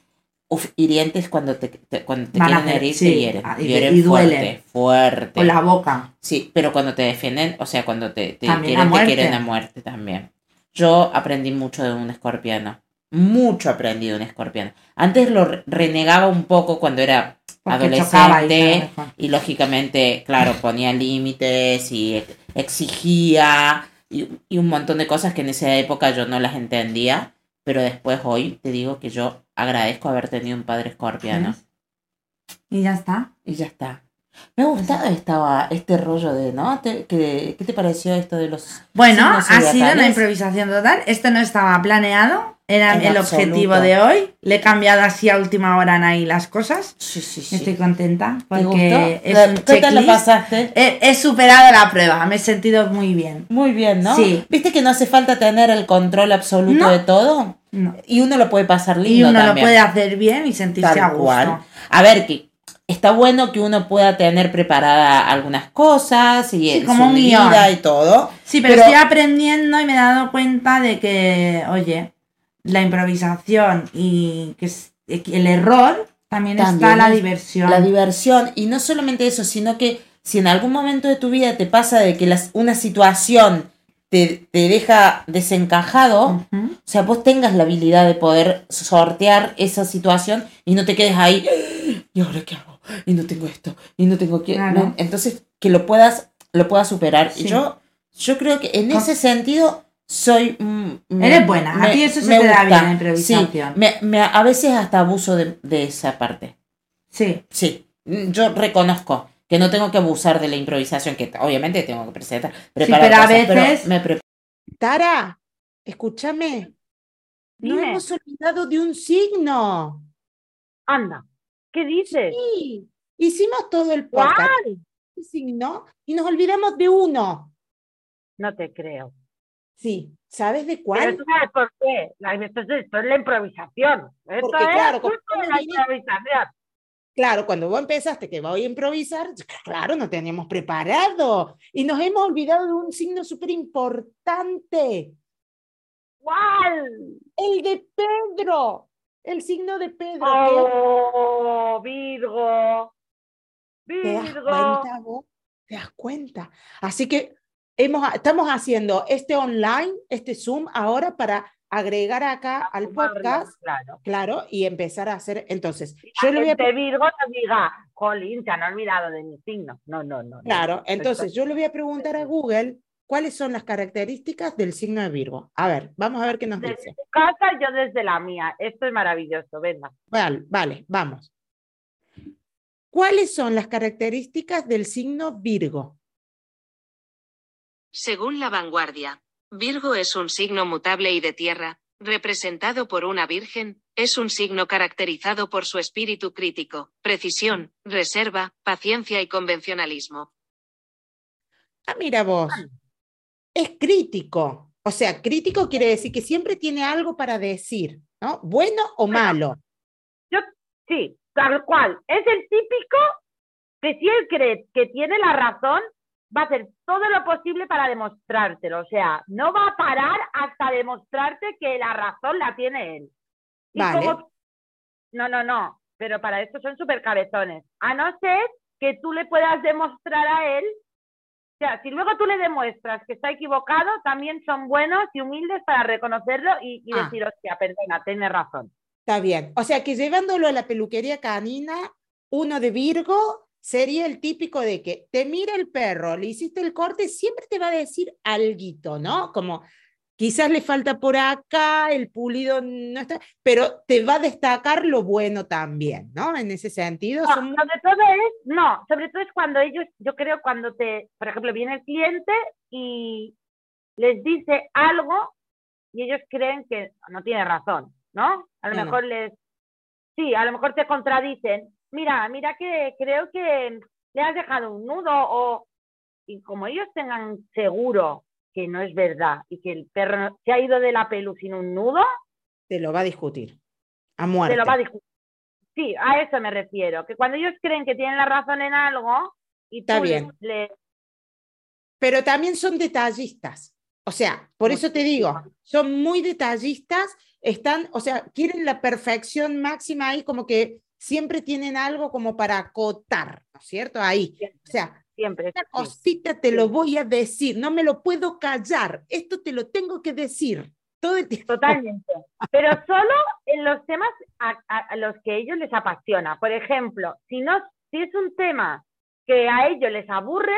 Uf, hirientes cuando te, te- cuando te Van a quieren hacer- herir, sí, te hieren. ah, y te- Hieren y fuerte, duelen. fuerte. Con la boca. Sí, pero cuando te defienden, o sea, cuando te, te También a quieren, te muerte. quieren a muerte también. Yo aprendí mucho de un escorpiano. Mucho aprendí de un escorpiano. Antes lo re- renegaba un poco cuando era Porque chocaba y tal, adolescente mejor. y lógicamente, claro, ponía límites y ex- exigía y, y un montón de cosas que en esa época yo no las entendía, pero después hoy te digo que yo agradezco haber tenido un padre escorpiano. Y ya está. Y ya está. Me ha gustado esta, este rollo de, ¿no? Te- que- ¿Qué te pareció esto de los... Bueno, signos ha sido una zodiacales? improvisación total. Esto no estaba planeado. Era En el absoluto. objetivo de hoy. Le he cambiado así a última hora Anaí las cosas. Sí, sí, sí. Estoy contenta ¿Te porque gustó? es un ¿Qué tal la checklist. pasaste? He, he superado la prueba. Me he sentido muy bien. Muy bien, ¿no? Sí. ¿Viste que no hace falta tener el control absoluto No. de todo? No. Y uno lo puede pasar lindo Y uno lo también. puede hacer bien y sentirse Tal a gusto. cual. A ver, que está bueno que uno pueda tener preparada algunas cosas y en como su un guión. vida y todo. Sí, pero, Pero- estoy aprendiendo y me he dado cuenta de que, oye, la improvisación y que es- el error también, está También la es- diversión. La diversión. Y no solamente eso, sino que si en algún momento de tu vida te pasa de que las, una situación te, te deja desencajado, Ujú. o sea, vos tengas la habilidad de poder sortear esa situación y no te quedes ahí, "Ah, ¿y ahora qué hago? Y no tengo esto, y no tengo que... Claro. Entonces, que lo puedas, lo puedas superar. Sí. Y yo Yo creo que en ese sentido soy... mm, me- Eres buena, a ti eso se me te da gusta. bien, la improvisación. Sí, me- me- a veces hasta abuso de, de esa parte. Sí. Sí, Mm, yo reconozco que no tengo que abusar de la improvisación, que obviamente tengo que presentar, preparar pero a cosas, veces- me preparo. Tara, escúchame. No Dime. hemos olvidado de un signo. Anda, ¿qué dices? Sí. Hicimos todo el ¿Cuál? podcast. un signo y nos olvidamos de uno. No te creo. Sí. ¿Sabes de Pero cuál? tú sabes por qué. La- Esto es, esto es la improvisación. Esto Porque, es claro, como justo tú la me dices- improvisación. Claro, cuando vos empezaste que voy a improvisar, claro, no teníamos preparado. Y nos hemos olvidado de un signo súper importante. ¿Cuál? El de Pedro. El signo de Pedro. que Oh, Virgo. ¿Te das Virgo. cuenta vos? ¿Te das cuenta? Así que hemos, estamos haciendo este online, este Zoom ahora para agregar acá al Sumarlo, podcast, Claro. claro, y empezar a hacer. Entonces, Yo yo le voy a Virgo no diga, Jolín, se han olvidado de mi signo. No, no, no. no. Claro, entonces yo le voy a preguntar a Google cuáles son las características del signo de Virgo. A ver, vamos a ver qué nos Del- dice. Tu casa, yo desde la mía. Esto es maravilloso, venga. Vale, vale, vamos. ¿Cuáles son las características del signo Virgo? Según la vanguardia, Virgo es un signo mutable y de tierra, representado por una virgen, es un signo caracterizado por su espíritu crítico, precisión, reserva, paciencia y convencionalismo. Ah, mira vos. Es crítico. O sea, crítico quiere decir que siempre tiene algo para decir, ¿no? Bueno o malo. Sí, tal cual. Es el típico que si él cree que tiene la razón, va a hacer todo lo posible para demostrártelo. O sea, no va a parar hasta demostrarte que la razón la tiene él. Y Vale. como- No, no, no. Pero para esto son súper cabezones. A no ser que tú le puedas demostrar a él. O sea, si luego tú le demuestras que está equivocado, también son buenos y humildes para reconocerlo y, y Ah. decir, hostia, perdona, tienes razón. Está bien. O sea, que llevándolo a la peluquería canina, uno de Virgo sería el típico de que te mira el perro, le hiciste el corte, siempre te va a decir alguito, ¿no? Como quizás le falta por acá, el pulido no está, pero te va a destacar lo bueno también, ¿no? En ese sentido, No, son muy- sobre todo es, no, sobre todo es cuando ellos, yo creo cuando te, por ejemplo, viene el cliente y les dice algo y ellos creen que no tiene razón, ¿no? A lo No, no. mejor les, sí, a lo mejor te contradicen, mira, mira que creo que le has dejado un nudo o, y como ellos tengan seguro que no es verdad y que el perro no- se ha ido de la pelu sin un nudo, te lo va a discutir. A se muerte. lo va a discutir. Sí, a eso me refiero, que cuando ellos creen que tienen la razón en algo y Está tú les- bien. les- pero también son detallistas. O sea, por eso te digo, son muy detallistas, están, o sea, quieren la perfección máxima ahí, como que siempre tienen algo como para acotar, ¿no es cierto? Ahí. O sea, siempre esta sí. cosita te lo voy a decir, no me lo puedo callar, esto te lo tengo que decir todo el tiempo. totalmente. Pero solo en los temas a, a- a los que a ellos les apasiona. Por ejemplo, si no, si es un tema que a ellos les aburre,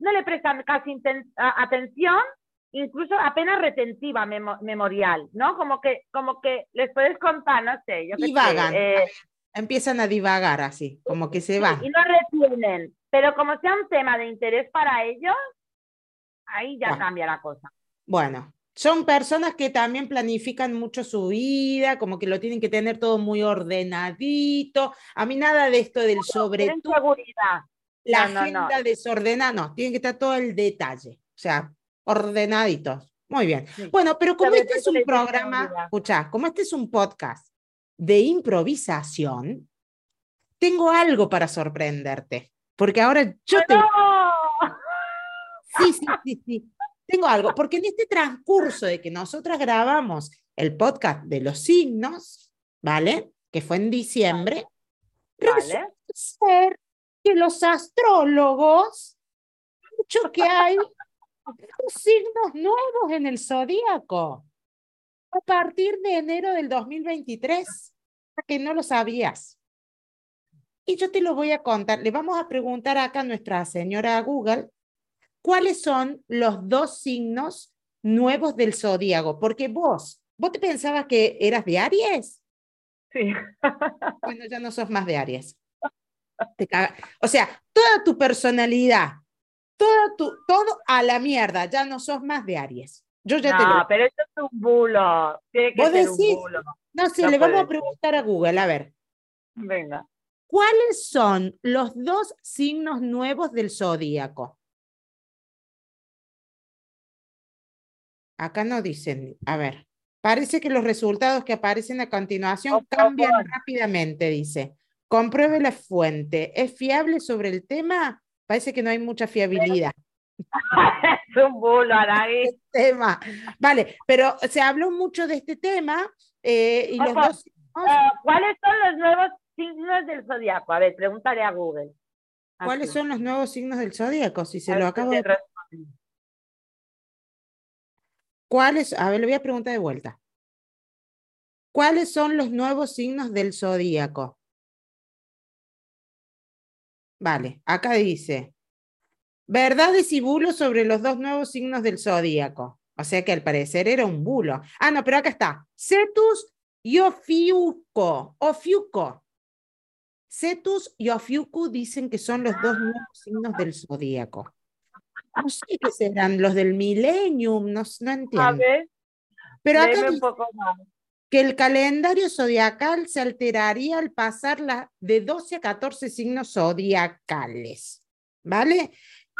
no le prestan casi inten- a- atención, incluso apenas retentiva memo- memorial, ¿no? Como que, como que les puedes contar, no sé, yo qué sé, Divagan. eh, Empiezan a divagar así, como que se van. y no retienen. Pero como sea un tema de interés para ellos, ahí ya Bueno. cambia la cosa. Bueno, son personas que también planifican mucho su vida, como que lo tienen que tener todo muy ordenadito. A mí nada de esto del sobre Tienen tú, seguridad. la no, no, no. agenda desordenada, no, tienen que estar todo el detalle, o sea, ordenaditos. Muy bien. Sí. Bueno, pero como Sobre este todo es un les tienen programa, seguridad. escucha, como este es un podcast de improvisación, tengo algo para sorprenderte, porque ahora yo te... ¡No! Sí, sí, sí, sí. Tengo algo, porque en este transcurso de que nosotras grabamos el podcast de los signos, ¿vale? Que fue en diciembre, resulta Vale. ser que los astrólogos han dicho que hay unos signos nuevos en el zodíaco a partir de enero del 2023, que no lo sabías. Y yo te lo voy a contar. Le vamos a preguntar acá a nuestra señora Google cuáles son los dos signos nuevos del zodíaco, porque vos, vos te pensabas que eras de Aries, Sí. bueno, ya no sos más de Aries. Te caga- O sea, toda tu personalidad, todo, tu, todo a la mierda, ya no sos más de Aries. Yo ya te No, lo... pero esto es un bulo. Tiene que ¿Vos ser decís? un bulo. No sé, no le vamos a puede ser. preguntar a Google, a ver, Venga. ¿cuáles son los dos signos nuevos del zodíaco? Acá no dicen, a ver, parece que los resultados que aparecen a continuación Por cambian favor. rápidamente, dice. Compruebe la fuente. ¿Es fiable sobre el tema? Parece que no hay mucha fiabilidad. es un bulo, Anaí. Tema. Vale, pero se habló mucho de este tema eh, y los Ojo, dos signos, Eh, ¿Cuáles son los nuevos signos del zodiaco? A ver, pregúntale a Google. A ¿cuáles Google. son los nuevos signos del zodíaco? Si se A ver lo si acabo te de responde. ¿Cuáles? A ver, le voy a preguntar de vuelta. ¿Cuáles son los nuevos signos del zodíaco? Vale, acá dice. Verdades y bulos sobre los dos nuevos signos del zodíaco. O sea que al parecer era un bulo. Ah, no, pero acá está. Cetus y Ofiuco. Ofiuco. Cetus y Ofiuco dicen que son los dos nuevos signos del zodíaco. No sé qué serán los del millennium, no, s- no A entiendo. ver, Pero acá léeme un dice poco más. que el calendario zodiacal se alteraría al pasar la, de 12 a 14 signos zodiacales. ¿Vale?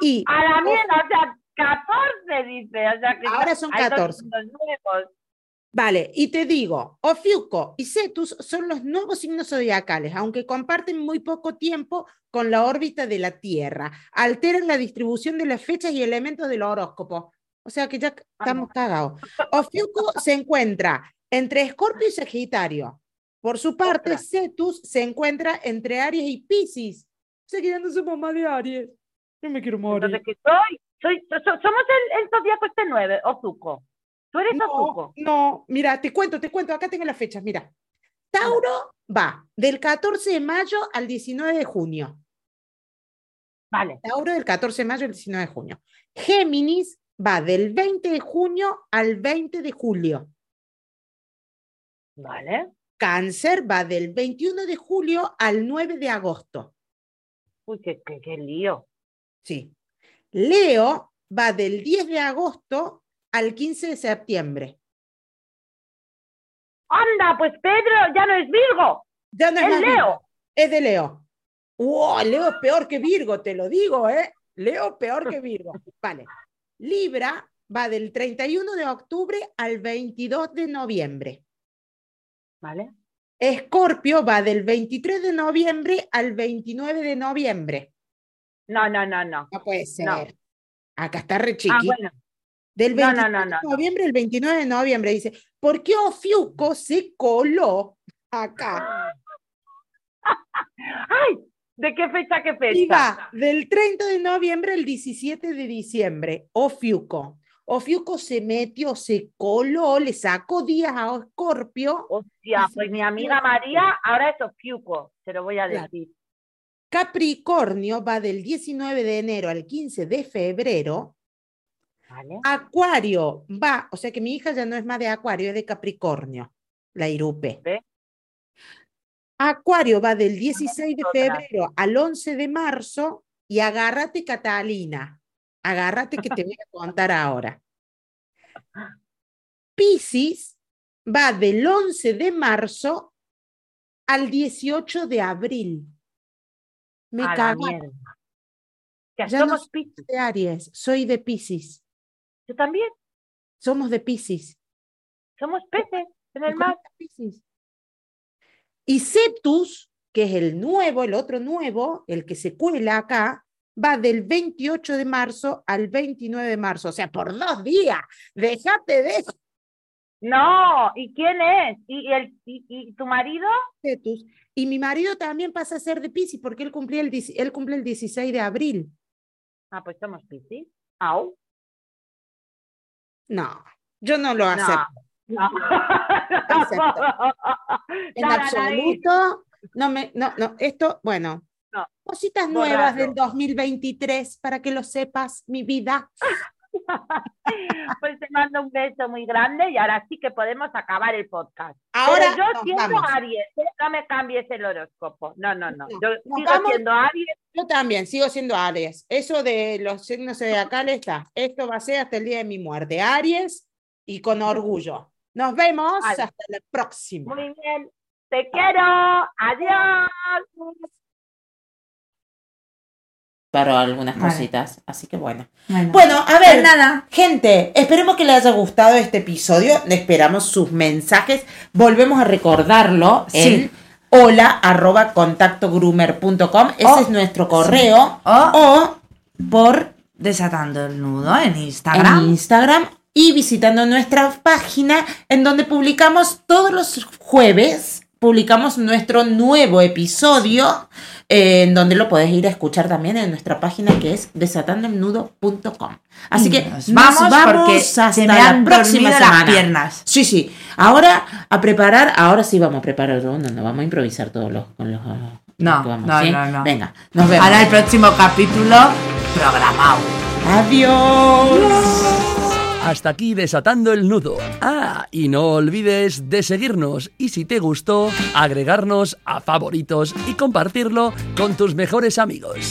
Y A la mierda, o sea, 14 dice. O sea, que Ahora son Ah, hay dos 14. signos nuevos. Vale, y te digo, Ofiuco y Cetus son los nuevos signos zodiacales, aunque comparten muy poco tiempo con la órbita de la Tierra. Alteran la distribución de las fechas y elementos del horóscopo. O sea que ya c- estamos cagados. Ofiuco se encuentra entre Escorpio y Sagitario. Por su parte, Cetus se encuentra entre Aries y Pisces. O sea que ya no somos más de Aries. Yo me quiero morir. Entonces, que soy? soy so- so- somos el, el zodiaco este 9, Ozuko. Tú eres No, Ozuko. no, mira, te cuento, te cuento, acá tengo las fechas, mira. Tauro va del 14 de mayo al 19 de junio. Vale. Tauro del 14 de mayo al 19 de junio. Géminis va del 20 de junio al 20 de julio. Vale. Cáncer va del 21 de julio al 9 de agosto. Uy, qué, qué, qué lío. Sí. Leo va del 10 de agosto al 15 de septiembre. Anda, pues Pedro ya no es Virgo, Ya no es es más Leo. Es de Leo. ¡Wow! Leo es peor que Virgo, te lo digo, ¿eh? Leo es peor que Virgo. Vale. Libra va del 31 de octubre al 22 de noviembre. Vale. Escorpio va del 23 de noviembre al 29 de noviembre. No, no, no, no. No puede ser. No. Acá está re chiqui. Ah, bueno. Del No, 23 no, no, no. de noviembre al 29 de noviembre. Dice, ¿por qué Ofiuco se coló acá? Ay, ¿de qué fecha qué fecha? Y va del 30 de noviembre al 17 de diciembre, Oh, Ofiuco. Ofiuco se metió, se coló, le sacó días a Escorpio. Hostia, pues mi amiga María ahora es Ofiuco, se lo voy a Claro. decir. Capricornio va del 19 de enero al 15 de febrero. Vale. Ah, Acuario va, o sea que mi hija ya no es más de Acuario, es de Capricornio, la Irupe. Ve. Acuario va del 16 de otra. febrero al 11 de marzo y agárrate Catalina, agárrate que te voy a contar ahora. Piscis va del 11 de marzo al 18 de abril. Me a la cago mierda. Ya, Ya no somos sé. Piscis. de Aries, soy de Piscis, Tú también, somos de Piscis. somos peces en ¿Y el cómo mar. está Piscis? Y Cetus, que es el nuevo, el otro nuevo, el que se cuela acá, va del 28 de marzo al 29 de marzo, o sea, por dos días. Déjate de eso, No, ¿y quién es? ¿Y, el, y, y tu marido? Cetus. Y mi marido también pasa a ser de Piscis porque él, cumplía el, dieci- él cumple el 16 de abril. Ah, pues somos Piscis. Au. No, yo no lo No. acepto. No. Acepto. En Nada, Anaí. absoluto. No me, no, no, esto, bueno. No. cositas Borrarlo. nuevas del 2023 para que lo sepas, mi vida. Pues te mando un beso muy grande y ahora sí que podemos acabar el podcast. Ahora Pero yo nos siendo vamos. Aries, ¿eh? no me cambies el horóscopo. No, no, no. No, Yo nos sigo vamos. siendo Aries. Yo también sigo siendo Aries. Eso de los signos zodiacales está. Esto va a ser hasta el día de mi muerte. Aries y con orgullo. Nos vemos Vale. hasta la próxima. Muy bien. Te quiero. Adiós. Pero algunas Vale. cositas. Así que bueno. Bueno, Bueno, a pues ver. nada. Gente, esperemos que les haya gustado este episodio. Esperamos sus mensajes. Volvemos a recordarlo en Sí. hola arroba contactogroomer.com. Ese O- es nuestro correo. O- O por Desatando el nudo en Instagram. en Instagram y visitando nuestra página en donde publicamos todos los jueves. Publicamos nuestro nuevo episodio eh, en donde lo podés ir a escuchar también en nuestra página que es desatandoelnudo.com. Así Y que nos vamos, porque se me han dormido las piernas. Sí, sí. Ahora a preparar, ahora sí vamos a preparar todo, no, no vamos a improvisar todos los con los No, actuamos, no, ¿sí? no, no. Venga, nos vemos. Ahora el próximo capítulo programado. Adiós. Hasta aquí desatando el nudo. Ah, y no olvides de seguirnos y si te gustó, agregarnos a favoritos y compartirlo con tus mejores amigos.